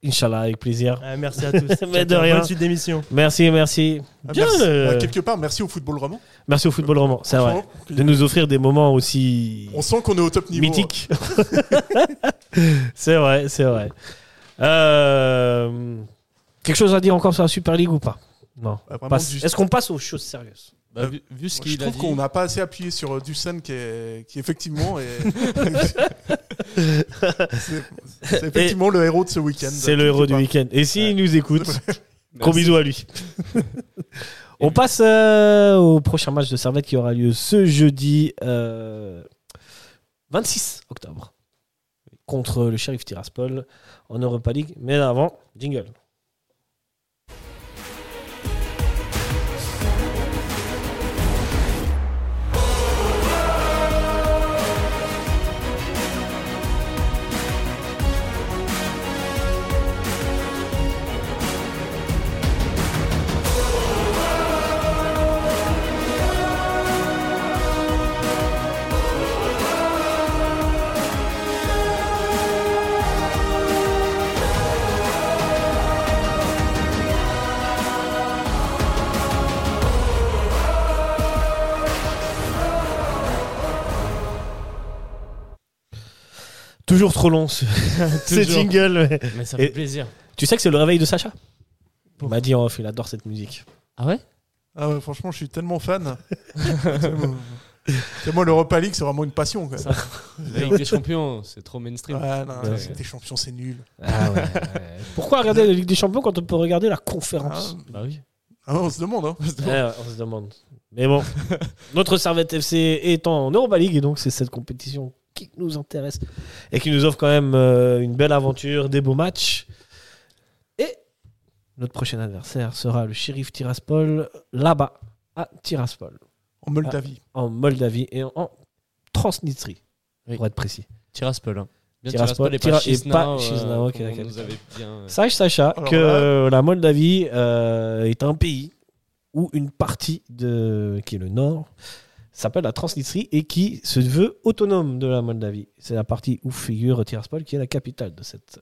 E: Inch'Allah, avec plaisir.
I: Euh, merci à tous.
E: (laughs) Mais de
I: Ciao, ciao.
E: rien.
I: Bonne suite d'émission.
E: Merci, merci. Bien.
G: Merci-
E: euh,
G: euh, quelque part, merci au football roman.
E: Merci au football roman, c'est vrai. De nous offrir des moments aussi
G: On sent qu'on est au top niveau.
E: mythiques. (laughs) c'est vrai, c'est vrai. Euh, Quelque chose à dire encore sur la Super League ou pas Non.
G: Euh, vraiment
E: Passe.
G: du-
E: Est-ce qu'on passe aux choses sérieuses
F: Bah, vu, vu ce
G: Moi, je
F: qu'il a
G: trouve
F: dit,
G: qu'on n'a pas assez appuyé sur euh, Dussen qui, est,
F: (laughs)
G: qui effectivement est. c'est c'est effectivement le héros de ce week-end.
E: C'est le héros du week-end. Et s'il
G: Ouais.
E: nous écoute, gros
A: Merci.
E: bisous à lui. On passe euh, au prochain match de Servette qui aura lieu ce jeudi euh, 26 octobre contre le shérif Tiraspol en Europa League. Mais avant, jingle. Toujours trop long (laughs) ce, ce
I: Toujours.
E: jingle. ouais.
F: Mais ça
E: fait
F: fait
E: Et-
F: plaisir.
E: Tu sais que c'est le réveil de Sacha Il m'a dit en off, il adore cette musique.
F: Ah ouais
G: Ah ouais, franchement, je suis tellement fan.
F: (laughs)
G: C'est moi- c'est moi, l'Europa League, c'est vraiment une passion. Quoi.
F: Ça- La Ligue des Champions, c'est trop mainstream.
G: Ouais, non,
E: Ouais.
G: c'est- T'es champion, c'est nul.
E: Ah Pourquoi regarder la Ligue des Champions quand on peut regarder la conférence
G: Ah,
F: Bah oui.
G: ah, on se demande. Hein.
E: Ouais, On se demande. Mais bon, notre Servette FC est en Europa League et donc c'est cette compétition qui nous intéresse et qui nous offre quand même euh, une belle aventure, des beaux matchs. Et notre prochain adversaire sera le shérif Tiraspol là-bas, à Tiraspol.
G: En Moldavie.
E: en Moldavie et en Transnistrie,
F: Oui.
E: pour être précis.
F: Tiraspol. hein. Bien
E: Tiraspol
F: Tiraspol et
E: Tira- et
F: pas
E: pas
F: Chisinau. euh,
E: Chisinau, ok,
F: comme on
E: ok.
F: nous avait bien. euh,
E: Sache, Sacha,
G: Alors
E: que
G: là-
E: euh, la Moldavie euh, est un pays où une partie de qui est le nord s'appelle la Transnistrie et qui se veut autonome de la Moldavie. C'est la partie où figure Tiraspol, qui est la capitale de cette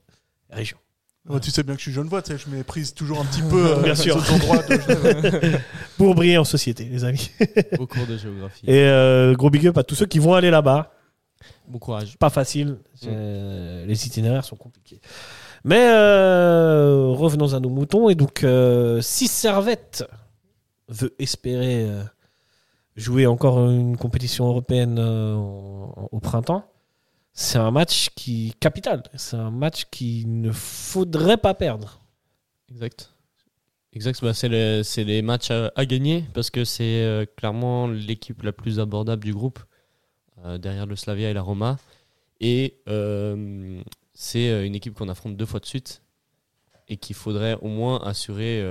E: région.
G: Ouais, tu sais bien que je suis jeune voix, tu sais, je méprise toujours un petit peu euh,
E: Ah. Bien
G: les
E: sûr.
G: autres endroits
E: (laughs)
G: de Genève.
E: Pour briller en société, les amis.
F: Au cours de géographie.
E: Et euh, gros big up à tous ceux qui vont aller là-bas.
F: Bon courage.
E: pas facile.
F: Mm.
E: C'est- Les itinéraires sont compliqués. Mais euh, revenons à nos moutons. Et donc, euh, si Servette veut espérer euh, jouer encore une compétition européenne euh, en- au printemps, c'est un match qui capital. C'est un match qu'il ne faudrait pas perdre.
F: Exact. Exact. Bah, c'est le- c'est les matchs à, à gagner parce que c'est euh, clairement l'équipe la plus abordable du groupe euh, derrière le Slavia et la Roma. Et euh, c'est euh, une équipe qu'on affronte deux fois de suite et qu'il faudrait au moins assurer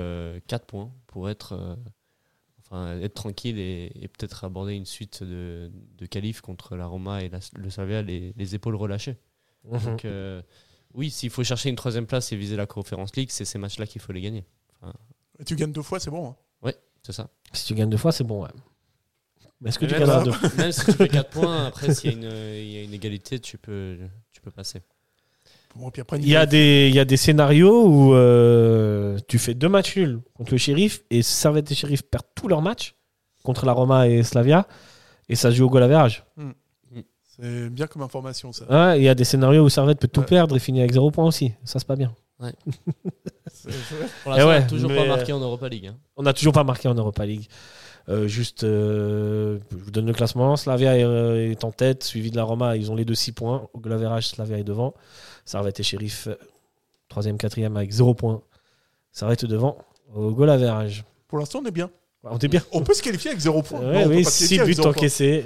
F: 4 points pour être, euh, enfin, être tranquille et, et peut-être aborder une suite de, de qualifs contre la Roma et la- le Slavia les- les épaules relâchées. Donc, euh, oui, s'il faut chercher une troisième place et viser la Conference League, c'est ces matchs-là qu'il faut les gagner.
G: Tu gagnes deux fois, c'est bon. hein.
F: C'est ça.
E: Si tu gagnes deux fois, c'est bon. ouais. Mais est-ce que
F: Mais
E: tu
F: même-
E: gagneras deux fois
F: Même si tu
E: (laughs)
F: fais 4 points, après, s'il y, a une- euh, il y a une égalité, tu peux, tu peux passer.
G: Bon, puis après,
E: Il y, a des, il y a des scénarios où euh, tu fais deux matchs nuls contre le shérif et Servette et shérif perdent tous leurs matchs contre la Roma et Slavia et ça se joue au goal average.
G: C'est bien comme information, ça.
E: Hein, Il y a des scénarios où Servette peut tout
G: Ouais.
E: perdre et finir avec zéro point aussi. Ça, c'est pas bien.
G: C'est- c'est vrai.
F: Pour
E: Eh
F: l'instant,
E: ouais,
F: toujours
E: mais-
F: pas marqué en Europa League. hein.
E: On n'a toujours pas marqué en Europa League. Euh, juste, euh, je vous donne le classement. Slavia est, euh, est en tête, suivi de la Roma. Ils ont les deux 6 points. Au Glaverage, Slavia est devant. Servette et Shérif, 3e, 4e avec 0 points. Servette est devant. Au Glaverage.
G: Pour l'instant, on est bien.
E: On est bien.
G: On peut se qualifier avec zéro point.
E: Ouais,
G: Non, on peut
E: oui,
G: pas se
E: 6
G: qualifier avec
E: buts
G: zéro point.
E: encaissés.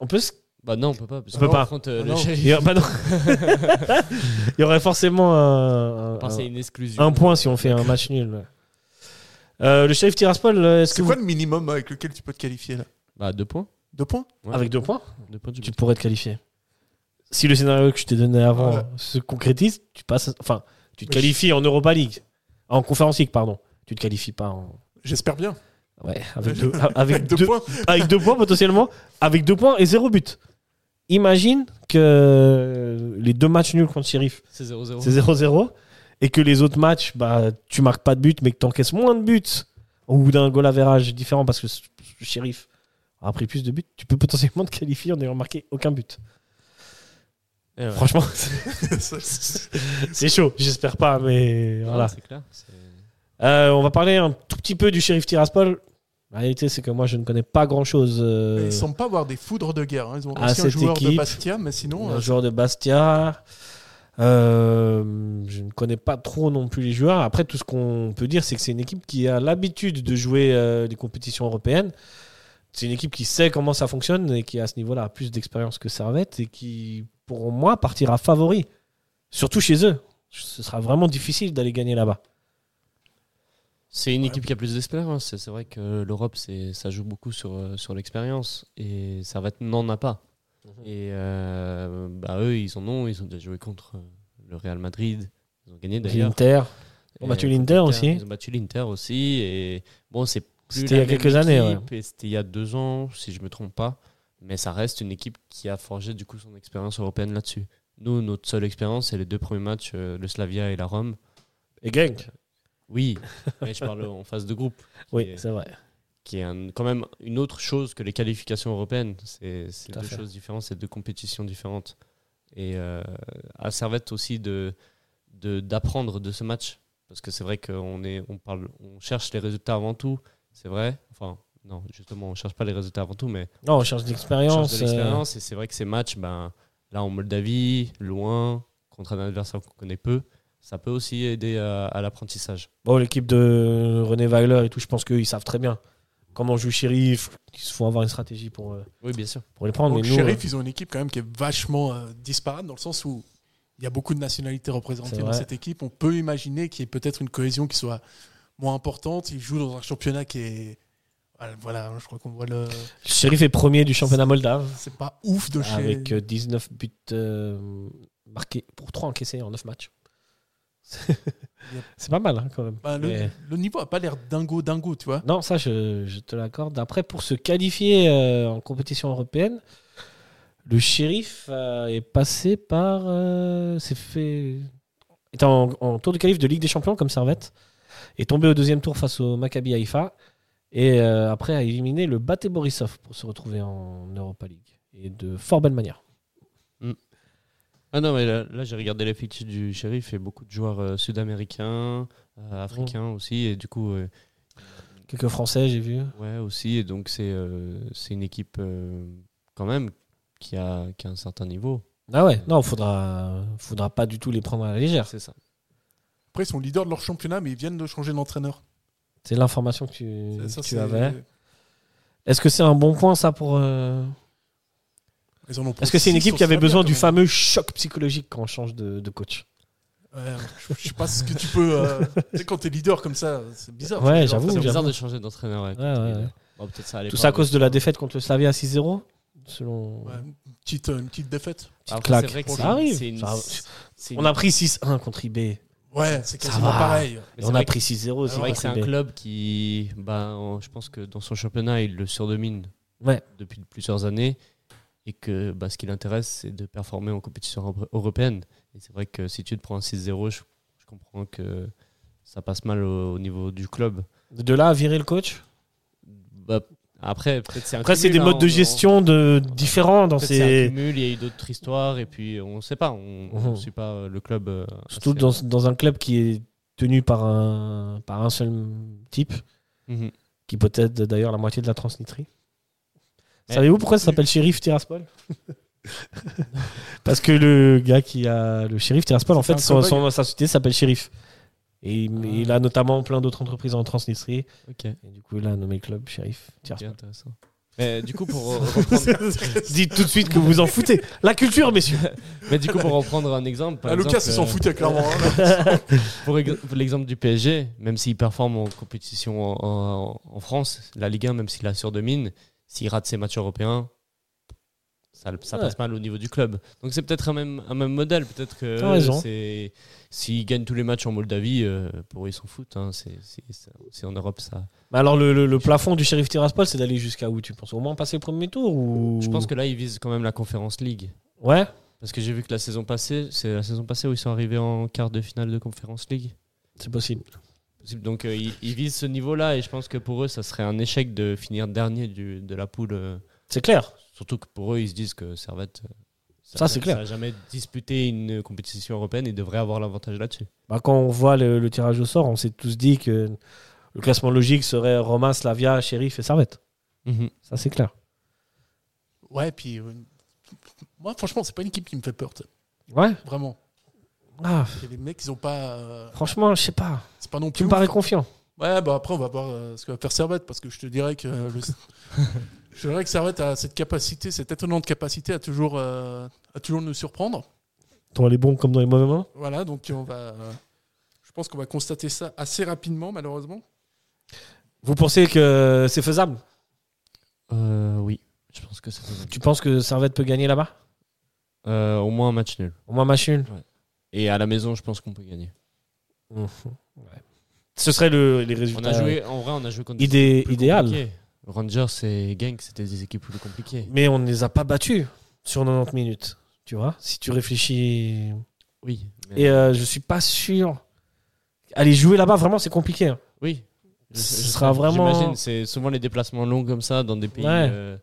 E: On peut se...
F: Bah non, on peut pas. parce
E: On peut
F: qu'on
E: pas.
F: affronte, euh,
G: Ah
F: le
G: non.
F: Sheriff.
E: Il y a- bah non. (laughs) Il y aurait forcément un, un-
F: Enfin, c'est une exclusion.
E: un point si on fait un match nul. ouais. Euh, le chef Tiraspol, euh, est-ce que
G: C'est
E: vous...
G: quoi le minimum avec lequel tu peux te qualifier là
F: Bah, deux points.
G: Deux points
F: Ouais.
E: avec deux points,
F: Deux points du
E: tu
F: but.
E: pourrais te qualifier Si le scénario que je t'ai donné avant
G: Ouais.
E: se concrétise, tu passes, enfin, tu te
G: Mais je-
E: qualifies en Europa League, en Conférence League, pardon. Tu te qualifies pas en
G: J'espère bien.
E: ouais
G: (laughs)
E: avec deux, avec
G: deux,
E: deux,
G: points.
E: avec deux points potentiellement, avec deux points et zéro but. Imagine que les deux matchs nuls contre Sheriff,
F: C'est 0-0.
E: c'est 0-0, et que les autres matchs, bah, tu marques pas de but, mais que tu encaisses moins de buts, ou d'un goal average différent parce que le Sheriff a pris plus de buts, tu peux potentiellement te qualifier en n'ayant marqué aucun but.
F: Eh ouais.
G: (laughs)
E: Franchement, c'est- c'est chaud, j'espère pas, mais
F: Non,
E: voilà.
F: Ah, C'est clair. C'est-
E: Euh, on va parler un tout petit peu du Sheriff Tiraspol. La réalité, c'est que moi, je ne connais pas euh, grand chose.
G: Mais Ils semblent pas avoir des foudres de guerre. hein. Ils ont
E: à
G: ancien
E: cette
G: joueur de
E: équipe.
G: Bastia, mais sinon.
E: un
G: euh,
E: joueur de Bastia. Euh, je ne connais pas trop non plus les joueurs. Après, tout ce qu'on peut dire, c'est que c'est une équipe qui a l'habitude de jouer euh, des compétitions européennes. C'est une équipe qui sait comment ça fonctionne et qui, à ce niveau-là, a plus d'expérience que Servette et qui, pour moi, partira favori. Surtout chez eux. Ce sera vraiment difficile d'aller gagner là-bas.
F: C'est une équipe qui a plus d'expérience. hein. C'est c'est vrai que l'Europe, c'est- ça joue beaucoup sur, euh, sur l'expérience. Et Servette n'en a pas.
E: Mhm.
F: Et euh, bah, eux, ils en ont. Ils ont déjà joué contre euh, le Real Madrid. Ils ont gagné d'ailleurs.
E: L'Inter. On
F: Et
E: battu
F: contre
E: l'Inter aussi.
F: Ils ont battu l'Inter aussi. Et bon, c'est plus
E: C'était il y a
F: la même
E: quelques années,
F: équipe, et C'était il y a deux ans, si je me trompe pas. Mais ça reste une équipe qui a forgé du coup son expérience européenne là-dessus. Nous, notre seule expérience, c'est les deux premiers matchs, euh, le Slavia et la Rome.
E: Et Genk. (laughs)
F: Oui, mais je parle en phase de groupe. qui
E: Oui,
F: est-
E: c'est vrai.
F: qui est un- quand même une autre chose que les qualifications européennes. C'est c'est
E: Tout à
F: deux
E: fait.
F: choses différentes, c'est deux compétitions différentes. Et euh, à Servette aussi de de- d'apprendre de, ce match. Parce que c'est vrai qu'on est- on parle, on cherche les résultats avant tout. C'est vrai. Enfin, non, justement, on cherche pas les résultats avant tout, mais
E: Non, on cherche de
F: on
E: l'expérience. euh,
F: cherche de l'expérience. Et c'est vrai que ces matchs, ben, là en Moldavie, loin, contre un adversaire qu'on connaît peu, ça peut aussi aider à, à l'apprentissage.
E: euh, Bon, l'équipe de René Weiler et tout, je pense qu'ils savent très bien comment joue Sheriff. Ils se font avoir une stratégie pour, euh,
F: Oui, bien sûr.
E: pour les prendre.
G: Donc,
E: mais nous,
G: Sheriff,
E: euh,
G: ils ont une équipe quand même qui est vachement euh, disparate dans le sens où il y a beaucoup de
E: C'est
G: nationalités représentées dans
E: vrai.
G: cette équipe. On peut imaginer qu'il y ait peut-être une cohésion qui soit moins importante. Ils jouent dans un championnat qui est. Voilà, Voilà, je crois qu'on voit le.
E: Sheriff est premier du championnat moldave
G: C'est pas ouf de chez.
E: avec euh, 19 buts euh, marqués pour 3 encaissés en 9 matchs. (laughs) C'est pas mal hein, quand même.
G: Bah, le,
E: Mais-
G: le niveau a pas l'air dingo dingo, tu vois.
E: Non, ça, je, je te l'accorde. Après, pour se qualifier euh, en compétition européenne, le shérif euh, est passé par. euh, s'est fait. est en, en tour de qualif de Ligue des Champions comme Servette. Est tombé au deuxième tour face au Maccabi Haïfa. Et euh, après, a éliminé le Bate Borisov pour se retrouver en Europa League. Et de fort belle manière.
F: Ah non, mais là, là, j'ai regardé les fiches du shérif et beaucoup de joueurs euh, sud-américains, euh, africains aussi, et du coup, euh,
E: Quelques Français, j'ai vu.
F: ouais, aussi, et donc c'est euh, c'est une équipe euh, quand même qui a, qui a un certain niveau.
E: Ah ouais, non, faudra, faudra pas du tout les prendre à la légère.
F: C'est ça.
G: Après, ils sont leaders de leur championnat, mais ils viennent de changer d'entraîneur.
E: C'est l'information que tu,
G: Ça,
E: que tu
G: c'est-
E: avais. Est-ce que c'est un bon point, ça, pour. euh,
G: Ils en ont pour
E: Est-ce que c'est une
G: six
E: équipe
G: sur
E: qui avait
G: Slavia,
E: besoin
G: quand
E: du
G: même.
E: fameux choc psychologique quand on change de, de coach
G: euh, Ouais, je, je sais pas ce que tu
E: (laughs)
G: peux. euh, tu sais, quand t'es leader comme ça, c'est bizarre.
E: Ouais,
G: Tu es leader,
E: j'avoue,
F: C'est
G: t'as-
E: j'avoue.
F: bizarre de changer d'entraîneur. ouais,
E: Ouais,
F: quand
E: ouais,
F: il est-
E: ouais.
F: Bon, peut-être ça allait
E: Tout
F: pas,
E: ça à
F: mais-
E: cause de la défaite contre le Slavia 6-0 Selon.
G: Ouais, une, petite, euh, une petite défaite.
E: Petite
F: Après,
E: claque.
F: c'est vrai que
E: Ça
F: c'est-
E: arrive.
F: c'est une-
E: Ça-
F: c'est
E: On
F: une-
E: a pris 6-1 contre IB. et
G: Ouais, c'est
E: Ça
G: quasiment
E: va.
G: pareil.
F: mais c'est
E: on a
F: vrai que-
E: pris 6-0
F: C'est vrai que
E: contre
F: c'est un
E: IB.
F: club qui, bah, en- je pense que dans son championnat, il le surdomine
E: Ouais.
F: depuis plusieurs années et que bah, ce qui l'intéresse, c'est de performer en compétition euro- européenne. Et c'est vrai que si tu te prends un 6-0, je, je comprends que ça passe mal au, au niveau du club.
E: De là à virer le coach
F: Bah, après, peut-être c'est un
E: Après, c'est
F: cumul,
E: des
F: hein,
E: modes de
F: on-
E: gestion de... différents dans
F: peut-être c'est un
E: ces.
F: cumul, il y a eu d'autres histoires et puis on ne sait pas, on
E: Mhm.
F: ne suit pas euh, le club. euh,
E: Surtout
F: assez-
E: dans, dans un club qui est tenu par un, par un seul type,
F: Mhm.
E: qui possède d'ailleurs la moitié de la transnistrie.
F: Mais-
E: Savez-vous pourquoi ça s'appelle Shérif
F: (laughs)
E: Tiraspol Parce que le gars qui a le Shérif Tiraspol, en
G: C'est
E: fait,
G: un
E: son,
G: cowboy.
E: son- sa société s'appelle Shérif. Et il, il a notamment plein d'autres entreprises en Transnistrie.
F: Ah. Ok, ok,
E: Et du coup, il a nommé le club Shérif Tiraspol.
F: intéressant. Mais du coup, pour euh, reprendre- (laughs)
E: Dites tout de suite que vous en foutez. La culture, messieurs.
F: Mais du coup, pour en prendre un exemple, par
G: Ah, Lucas,
F: exemple,
G: ils s'en
F: euh,
G: foutait clairement. hein.
E: (laughs)
F: Pour ex- pour l'exemple du PSG, même s'il performe en compétition en, en- en France, la Ligue 1, même s'il la surdomine, s'il rate ses matchs européens, ça, le- ça
E: Ouais.
F: passe mal au niveau du club. Donc c'est peut-être un même, un même modèle. Peut-être que
E: T'as raison.
F: euh, c'est- s'ils gagnent tous les matchs en Moldavie, euh, pour eux, ils s'en foutent. hein. C'est- c'est- c'est- C'est en Europe, ça.
E: Mais alors, le, le- le plafond du Shérif Tiraspol, c'est d'aller jusqu'à où tu penses Au moins passer le premier tour ou...
F: Je pense que là, ils visent quand même la Conférence League.
E: Ouais
F: Parce que j'ai vu que la saison passée, c'est la saison passée où ils sont arrivés en quart de finale de Conférence League.
E: C'est possible.
F: possible. Donc euh, ils, ils visent ce niveau-là et je pense que pour eux, ça serait un échec de finir dernier du- de la poule. euh,
E: C'est clair.
F: surtout que pour eux, ils se disent que Servette, euh,
E: Ça, c'est clair.
F: Ça n'a jamais disputé une compétition européenne et devrait avoir l'avantage là-dessus.
E: Bah, quand on voit le, le tirage au sort, on s'est tous dit que le classement logique serait Romain, Slavia, Shérif et Servette. Ça, c'est clair.
G: Ouais, puis. euh, moi, franchement, c'est pas une équipe qui me fait peur. t'sais.
E: Ouais.
G: Vraiment.
E: Ah,
G: Et Les mecs, ils ont pas. euh,
E: franchement, je sais pas.
G: c'est pas non
E: Tu
G: plus.
E: me
G: ouf.
E: parais confiant.
G: Ouais, bah après, on va voir euh, ce que va faire Servette, parce que je te dirais que. euh, le-
E: (laughs)
G: je te dirais que Servette a cette capacité, cette étonnante capacité à toujours, euh, à toujours nous surprendre.
E: Dans les bons comme dans les mauvais moments
G: Voilà, donc on va. euh, je pense qu'on va constater ça assez rapidement, (laughs) malheureusement.
E: Vous pensez que c'est faisable Euh,
F: oui, je pense que c'est
E: Tu penses que Servette peut gagner là-bas
F: Euh, au moins un match nul.
E: Au moins machine
F: Et à la maison, je pense qu'on peut gagner.
E: Hum. Ce serait le, les
F: On
E: résultats
F: a joué, en vrai, on a joué contre des
E: idé-
F: équipes plus
E: idéal.
F: compliquées. Rangers et Genk, c'était des équipes plus compliquées.
E: Mais on ne les a pas battus sur 90 minutes. Tu vois Si tu réfléchis.
F: Oui. mais-
E: Et euh, je suis pas sûr. Aller jouer là-bas, vraiment, c'est compliqué. hein.
F: Oui.
E: Ce sera vraiment-
F: J'imagine, c'est souvent les déplacements longs comme ça dans des pays
E: Ouais.
F: euh,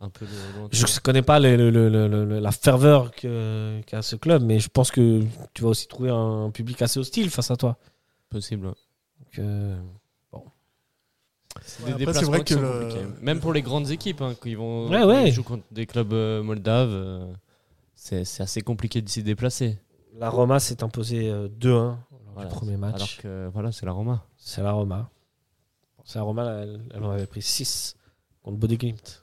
F: un peu de loin.
E: Je ne connais pas le- le- le- le- le- la ferveur que- qu'a ce club, mais je pense que tu vas aussi trouver un public assez hostile face à toi.
F: Possible. ouais.
E: Donc, euh,
F: C'est
G: Ouais,
F: des
G: après, c'est
F: déplacements
G: vrai
F: qui
G: que
F: sont
G: le-
F: compliqués. hein. Même pour les grandes équipes, hein, qui vont
E: Ouais, ouais.
F: qui jouent contre des clubs euh, moldaves, euh, c'est c'est assez compliqué de s'y déplacer.
E: la Roma s'est imposée euh, 2-1
F: Voilà.
E: du premier match.
F: Alors que voilà, c'est la Roma.
E: C'est la Roma. C'est la Roma, elle, elle en avait pris 6 contre Bodeglimt.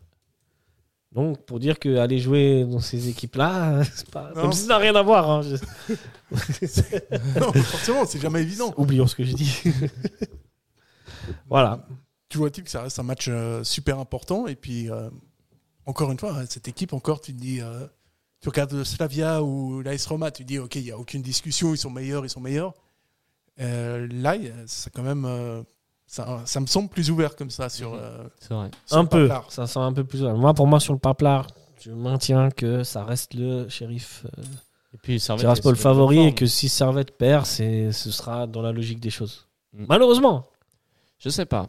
E: Donc, pour dire qu'aller jouer dans ces équipes-là, (laughs) c'est pas.
G: Non.
E: Comme si ça n'a rien à voir. hein, je-
G: Non, forcément, c'est jamais évident.
E: Oublions ce que j'ai dit. (laughs) voilà.
G: Toujours-il que ça reste un match euh, super important. Et puis, euh, encore une fois, hein, cette équipe, encore, tu te dis, euh, tu regardes le Slavia ou l'AS Roma, tu te dis, OK, il n'y a aucune discussion, ils sont meilleurs, ils sont meilleurs. Euh, là, il y a- c'est quand même. euh, ça, ça me semble plus ouvert comme ça sur.
F: Mhm.
G: euh,
F: C'est vrai.
G: sur
E: Un
G: le
E: peu.
G: paplard.
E: Ça sent un peu plus. Moi, pour moi, sur le paplard, je maintiens que ça reste le shérif euh,
F: Et puis Servette est sur
E: Tiraspol
F: une
E: favori
F: bonne
E: et que
F: forme.
E: si Servette perd, c'est- ce sera dans la logique des choses.
F: Mm.
E: Malheureusement.
F: Je sais pas.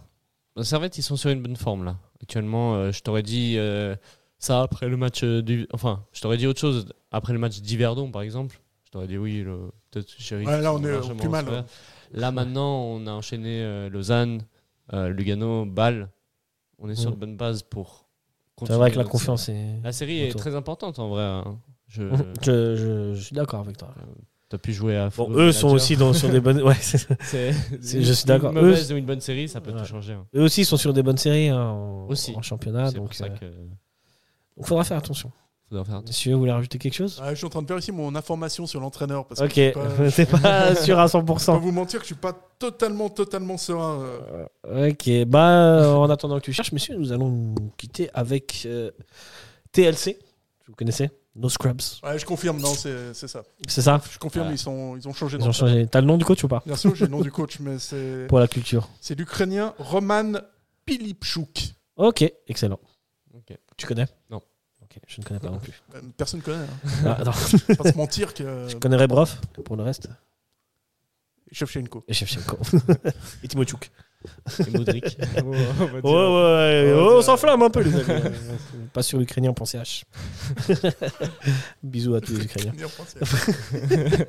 F: La Servette, ils sont sur une bonne forme là. Actuellement, euh, je t'aurais dit euh, ça après le match euh, du. Enfin, je t'aurais dit autre chose après le match d'Hiverdon, par exemple. Je t'aurais dit oui, le- peut-être Sheriff.
G: Ouais, là, on
F: ils sont
G: est au
F: largement
G: plus mal,
F: supérieurs.
G: hein.
F: Là, maintenant, on a enchaîné euh, Lausanne, euh, Lugano, Bâle. On est sur
E: Mm.
F: de bonnes bases pour.
E: C'est vrai
F: continuer
E: que la
F: notre-
E: confiance est.
F: La série est
E: Autour.
F: très importante en vrai. hein. Je...
E: (laughs) Je, je- je suis d'accord avec toi.
F: T'as pu jouer à.
E: Bon,
F: Football
E: eux sont
F: Manager.
E: aussi dans, sur des (laughs) bonnes. Ouais, c'est ça.
F: (laughs) C'est-
E: je suis d'accord.
F: Une mauvaise ou une bonne série, ça peut
E: Ouais.
F: tout changer. hein.
E: Eux aussi sont sur des bonnes séries hein, en,
F: Aussi.
E: en championnat.
F: C'est
E: Donc,
F: pour ça
E: euh,
F: que.
E: donc faudra faire attention.
F: faudra faire attention.
E: Messieurs, vous voulez rajouter quelque chose
G: Ouais, Ah, je suis en train de faire aussi mon information sur l'entraîneur. Parce que
E: Ok, (laughs)
G: je suis pas- je
E: c'est pas sûr à
G: peux pas
E: 100%.
G: vous mentir que je suis pas totalement, totalement serein. euh.
E: Ok, bah en attendant que tu cherches, messieurs, nous allons nous quitter avec euh, TLC. Vous connaissez No Scrubs,
G: Ouais, je confirme, non, c'est c'est ça.
E: c'est ça
G: Je confirme,
F: Voilà.
G: ils, sont, ils ont changé
E: Ils ont
G: d'entraîneur.
E: changé. T'as le nom du coach ou pas
G: Bien sûr, j'ai le nom du coach, mais c'est
E: Pour la culture.
G: c'est l'Ukrainien Roman Pilipchuk.
E: Ok, excellent.
F: Ok.
E: Tu connais
F: Non.
E: Ok, je ne connais pas non plus.
G: Euh, Personne ne connaît. Hein.
E: Ah, non,
G: Faut Pas se mentir
E: (laughs)
G: que euh,
E: je connais Rebrov pour le reste.
G: Shevchenko.
E: Et Shevchenko. Et Timochuk.
F: Et Modric.
E: Ouais, ouais, ouais,
G: Ouais,
E: ouais, on
G: ouais.
E: s'enflamme un peu, les amis. (laughs) Pas sur l'Ukrainien, pensez H. (laughs) Bisous à tous les Ukrainiens.
G: Ni en français.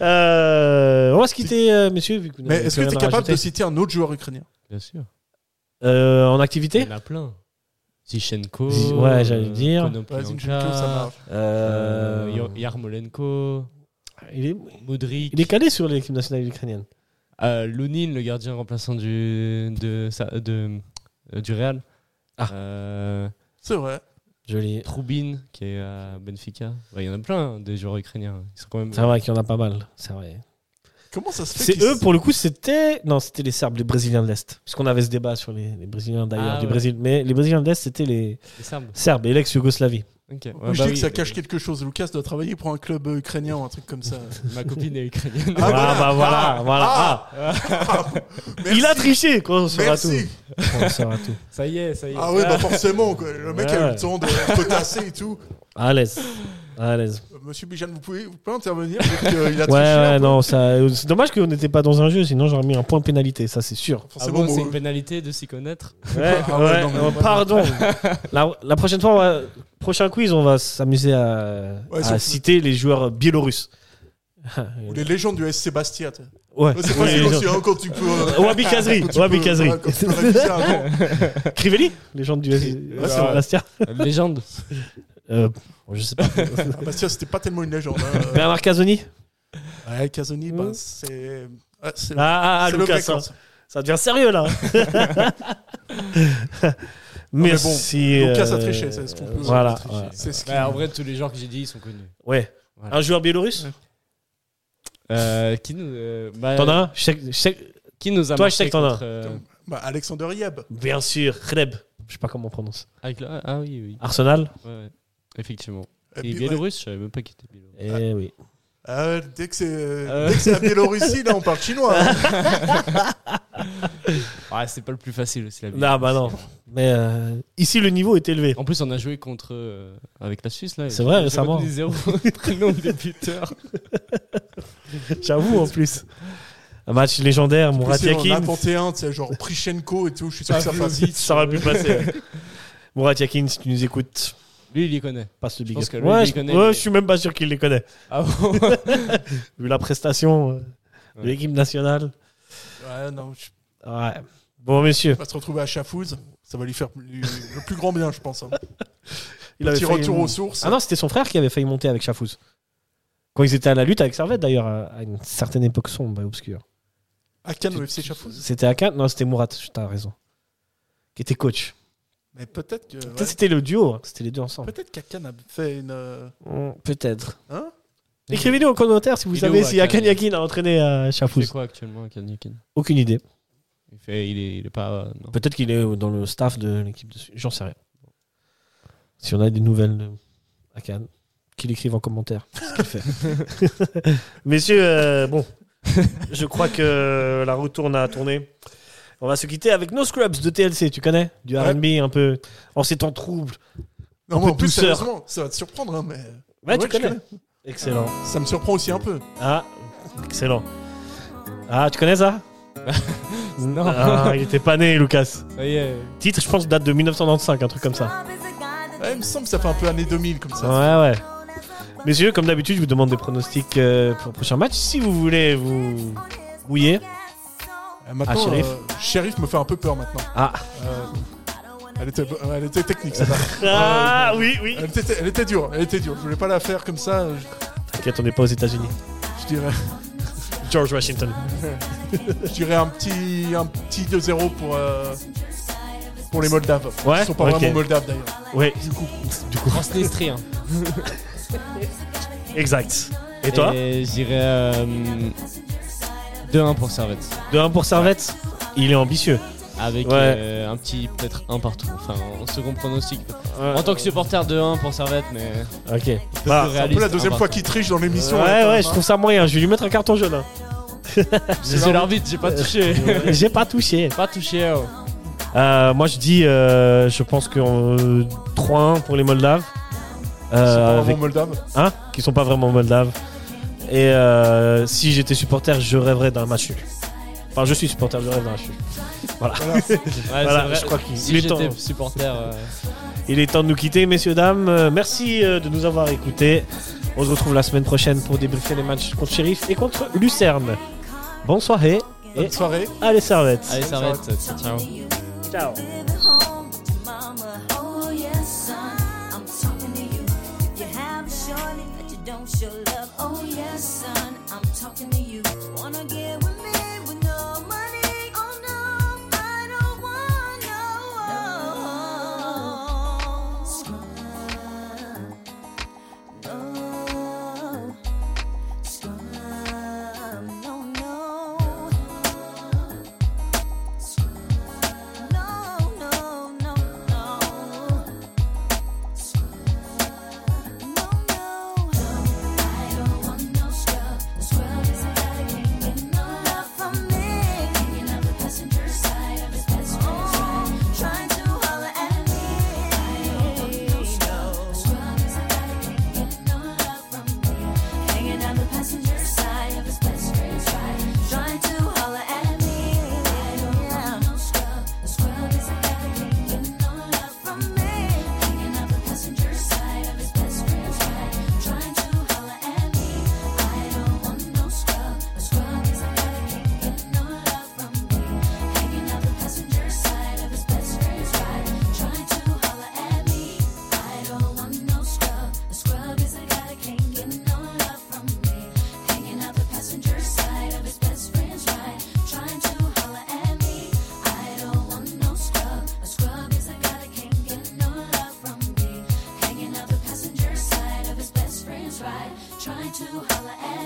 E: Euh, on va se quitter, euh, messieurs, vu que vous
G: Mais
E: n'avez
G: est-ce
E: plus
G: que tu es
E: rien à
G: capable de
E: rajouter.
G: citer un autre joueur ukrainien
F: (laughs) Bien sûr.
E: Euh, en
F: Il y
E: activité
F: en a plein. Zichenko. euh,
E: Zi- ouais, j'allais le dire.
G: Ouais, Zinchenko, ça marche.
E: Euh,
F: Yarmolenko.
E: il, est,
F: Modric.
E: il est calé sur l'équipe nationale ukrainienne.
F: Euh, Lounine, le gardien remplaçant du, de, sa- de, euh, du Real.
E: Ah.
F: Euh,
G: C'est vrai.
E: Joli.
F: Troubine, qui est à Benfica. Ouais, Il y en a plein, hein, des joueurs ukrainiens. Ils sont quand même.
E: C'est vrai qu'il y en a pas mal. C'est vrai.
G: Comment ça se fait
E: C'est
G: qu'ils-
E: eux, pour le coup, c'était. Non, c'était les Serbes, les Brésiliens de l'Est. Puisqu'on avait ce débat sur les, les Brésiliens d'ailleurs,
F: Ah,
E: du
F: ouais.
E: Brésil. Mais les Brésiliens de l'Est, c'était les
F: Des Serbes.
E: Serbes et l'ex-Yougoslavie.
F: Ok.
G: Je
F: Ouais,
G: dis
F: bah
G: que
F: oui,
G: ça
F: des-
G: cache quelque chose. Lucas doit travailler pour un club euh, ukrainien ou un truc
E: (laughs)
G: comme ça.
F: Ma copine est (laughs) ukrainienne.
G: Ah,
E: voilà,
G: voilà.
E: bah voilà,
G: Ah,
E: voilà.
G: ah.
E: Ah.
G: Merci.
E: il a triché, quoi, on saura tout.
G: Merci.
E: On saura tout.
F: Ça y est, ça y est.
G: Ah ouais, bah forcément. quoi. Le mec a eu
E: Ouais.
G: le temps de potasser et tout.
E: À l'aise. À l'aise.
G: Euh, Monsieur Bijan, vous pouvez, vous pouvez intervenir parce que, euh, il a
E: Ouais,
G: triché un
E: ouais,
G: peu.
E: non, ça- c'est dommage qu'on n'était pas dans un jeu, sinon j'aurais mis un point de pénalité, ça c'est sûr.
F: Ah
G: Forcément,
F: bon, c'est
G: bon,
F: une pénalité de s'y connaître.
E: Ouais,
G: Ah ouais,
E: ouais,
G: non, mais-
E: euh, pardon. la, la prochaine fois, on va- prochain quiz, on va s'amuser à,
G: Ouais,
E: à
G: sur-
E: citer les joueurs
G: (laughs)
E: biélorusses.
G: Ou les légendes du SC Bastia. tu sais.
E: Ouais.
G: C'est facile
E: Ouais,
G: aussi hein, quand tu peux. euh,
E: Wabi Kazri,
G: tu
E: Wabi
G: peux-
E: Kazri.
G: ouais, quand tu peux réviser avant.
E: Crivelli, légende du
F: Ouais,
E: ouais,
F: c'est vrai.
E: Bastia.
F: Légende.
E: Euh, bon, je sais pas. (laughs)
G: Ah, Bastia, c'était pas tellement une légende. hein.
E: Bernard Casoni
G: Ouais, Casoni, bah,
E: Ouais.
G: c'est. Ah, c'est
E: Mmh. Ah, ah, ah,
G: c'est le hein.
E: Lucas,
G: vrai
E: ça,
G: Corse.
E: ça devient sérieux
G: (laughs)
E: là. (laughs) Merci.
G: Lucas a
E: euh,
G: triché, c'est ce qu'on peut-
E: Voilà.
G: tricher.
E: ouais.
G: C'est ce qui.
F: Bah, en vrai, tous les joueurs que j'ai dit, ils sont connus.
E: Ouais.
F: Voilà.
E: Un joueur biélorusse
F: Euh, qui nous, euh, bah,
E: T'en as un Je sais que- je sais que-
F: Qui nous a
E: Toi,
F: marqué
E: je sais que t'en as.
F: contre, euh,
G: Bah, Alexander Yab.
E: Bien sûr, Khleb. Je sais pas comment on prononce.
F: avec le- Ah oui, oui.
E: Arsenal
F: Ouais, ouais. Effectivement.
G: Et
F: Et
G: puis, ouais.
F: biélorusse, je savais même pas qui était biélorusse.
E: Eh oui.
G: Ah, dès que c'est
E: Euh.
G: dès que c'est la Biélorussie, là, on parle chinois. hein.
F: Ah, c'est pas le plus facile aussi la
E: Non,
F: Biélorussie.
E: bah non. Mais euh, ici, le niveau est élevé.
F: En plus, on a joué contre euh, avec la Suisse là.
E: C'est vrai,
F: J'ai
E: récemment.
F: retenu (laughs) Zéro prénom de buteur.
E: J'avoue, en plus. Un match légendaire,
G: Tu sais, on en a
E: Mouratiakin. Ah,
G: inventé un, tu sais, genre Prichenko et tout. Je suis sûr que ça passe.
E: Ça aurait pu passer. Mourad Yakin, si tu nous écoutes,
F: Lui, il y
E: (laughs)
F: connaît.
E: passe le big
F: pense
E: up.
F: que lui,
E: Ouais,
F: il
E: je,
F: connaît,
E: ouais,
F: mais-
E: je suis même pas sûr qu'il les connaît.
F: Ah bon
E: (laughs) Vu la prestation euh, de
F: Ouais.
E: l'équipe nationale.
G: Ouais, non, je
E: Ouais. Bon, messieurs,
G: va se retrouver à Chafouz. Ça va lui faire lui- le plus grand bien, je pense. (laughs) hein.
E: il avait
G: Petit
E: failli-
G: retour aux sources.
E: Ah non, c'était son frère qui avait failli monter avec Chafouz. Quand ils étaient à la lutte avec Servette, d'ailleurs, à à une certaine époque sombre et obscure.
G: À Cannes, au FC Chafouz.
E: C'était à Quinte Non, c'était Mourad, t'as raison. Qui était coach.
G: Mais peut-être que.
E: Peut-être
G: ouais,
E: C'était le duo, hein, c'était les deux ensemble.
G: Peut-être qu'Akan a fait une. euh,
E: Hum, Peut-être.
G: Hein
E: (laughs) Écrivez-nous en commentaire si vous
F: Il est
E: savez
F: où,
E: si
F: Hakan
E: Hakan Yakin a entraîné à
F: Il
E: Chafouz.
F: fait quoi actuellement, Ken Yakin
E: Aucune idée.
F: il, fait, il, est, il est pas. euh, non.
E: Peut-être qu'il est dans le staff de l'équipe de Suisse. J'en sais rien. Si on a des nouvelles de- à Cannes, qu'il écrive en commentaire (laughs) ce qu'il fait. (laughs) Messieurs, euh, bon, je crois que la roue tourne à tourner. On va se quitter avec No Scrubs de TLC, tu connais Du
G: Ouais.
E: RB un peu en ces temps troubles. peu
G: Non, mais
E: de
G: en plus,
E: douceur.
G: sérieusement, ça va te surprendre, hein, mais.
E: Ouais,
G: Ouais,
E: tu
G: je
E: connais.
G: connais.
E: Excellent.
G: Ça me surprend aussi un peu.
E: Ah, excellent. Ah, tu connais (laughs) ça
F: Non.
E: Ah, il était pas né, Lucas.
F: Ça y est.
E: Titre, je pense, date de 1995, un truc comme ça.
G: Ouais, il me semble que ça fait un peu année 2000 comme ça.
E: Ouais, ouais. Messieurs, comme d'habitude, je vous demande des pronostics euh, pour le prochain match. Si vous voulez vous mouiller,
G: Euh, Maintenant,
E: Ah, Shérif.
G: euh, Shérif me fait un peu peur maintenant.
E: Ah.
G: Euh, elle, était, euh, elle était technique, ça. Euh,
E: Ah oui, oui.
G: Elle était, elle était dure, elle était dure. Je voulais pas la faire comme ça, je,
E: T'inquiète, on n'est pas aux États-Unis.
G: je dirais,
E: George Washington.
G: je dirais un petit, un petit 2-0 pour, euh, pour les Moldaves.
E: Ouais,
G: Ils sont pas
E: ok.
G: vraiment Moldaves d'ailleurs.
E: Oui,
G: Du coup,
F: Transnistrien.
E: exact. Et toi
F: Et J'irais. euh, 2-1 pour Servette.
E: De 1 pour Servette Il est ambitieux.
F: Avec
E: Ouais.
F: euh, un petit, peut-être un partout. Enfin, en second pronostic. En tant que supporter de 1 pour Servette, mais.
E: Ok. Bah,
F: Peu
G: c'est un peu
F: réaliste,
G: la deuxième
F: hein,
G: fois
F: par
G: qu'il triche dans
E: ouais,
G: l'émission. là, quand
E: ouais,
G: même,
E: je
G: hein.
E: trouve ça moyen. Je vais lui mettre un carton jaune. hein.
F: contre. C'est l'arbitre, j'ai pas touché.
E: J'ai pas touché.
F: pas touché, oh.
E: Euh, moi, je dis, euh, je pense que euh, 3-1 pour les Moldaves.
G: Ils sont pas
E: Euh,
G: vraiment
E: avec
G: Moldaves.
E: hein, qui sont pas vraiment moldaves. Et euh, si j'étais supporter, je rêverais d'un match nul. Enfin, je suis supporter, je rêve d'un match nul.
F: Ouais,
E: Voilà,
F: c'est vrai.
E: je crois qu'il il
F: Si
E: est temps.
F: j'étais supporter. euh,
E: Il est temps de nous quitter, messieurs, dames. Euh, Merci euh, de nous avoir écoutés. On se retrouve la semaine prochaine pour débriefer les matchs contre Sheriff et contre Lucerne. Bonne soirée et
G: Bonne soirée.
E: allez, servettes.
F: Allez, Servette, ciao.
E: Ciao.
J: Oh yes, son, I'm talking to you. You have a shorty, but you don't show love. Oh yes, son, I'm talking to you. Wanna get with me with no money? Oh no, I don't want no scrub. No scrub, no no. No, no, no, no. No, no. I don't want no scrub. The scrub is a guy can't get no love from me. Hanging on the passenger side of his best friend's ride, trying to holler at me. I don't want no scrub. The scrub is a guy can't get no love from me. Hanging on the passenger side of his best friend's ride, trying to holler at me. I don't want no scrub. The scrub is a guy can't get no love from me. Hanging on the passenger side of his best friend's ride, trying to holler at me. I don't want no scrub. The scrub is a guy can't get no love from me. Hanging on the passenger side of his best friend's ride, trying to holler at me. I don't want no scrub. A scrub is a guy that can't get no love from me. Hanging out the passenger side of his best friend's ride, trying to holler at me. I don't want no scrub. A scrub is a guy that can't get no love from me. Hanging out the passenger side of his best friend's ride, trying to holler at me.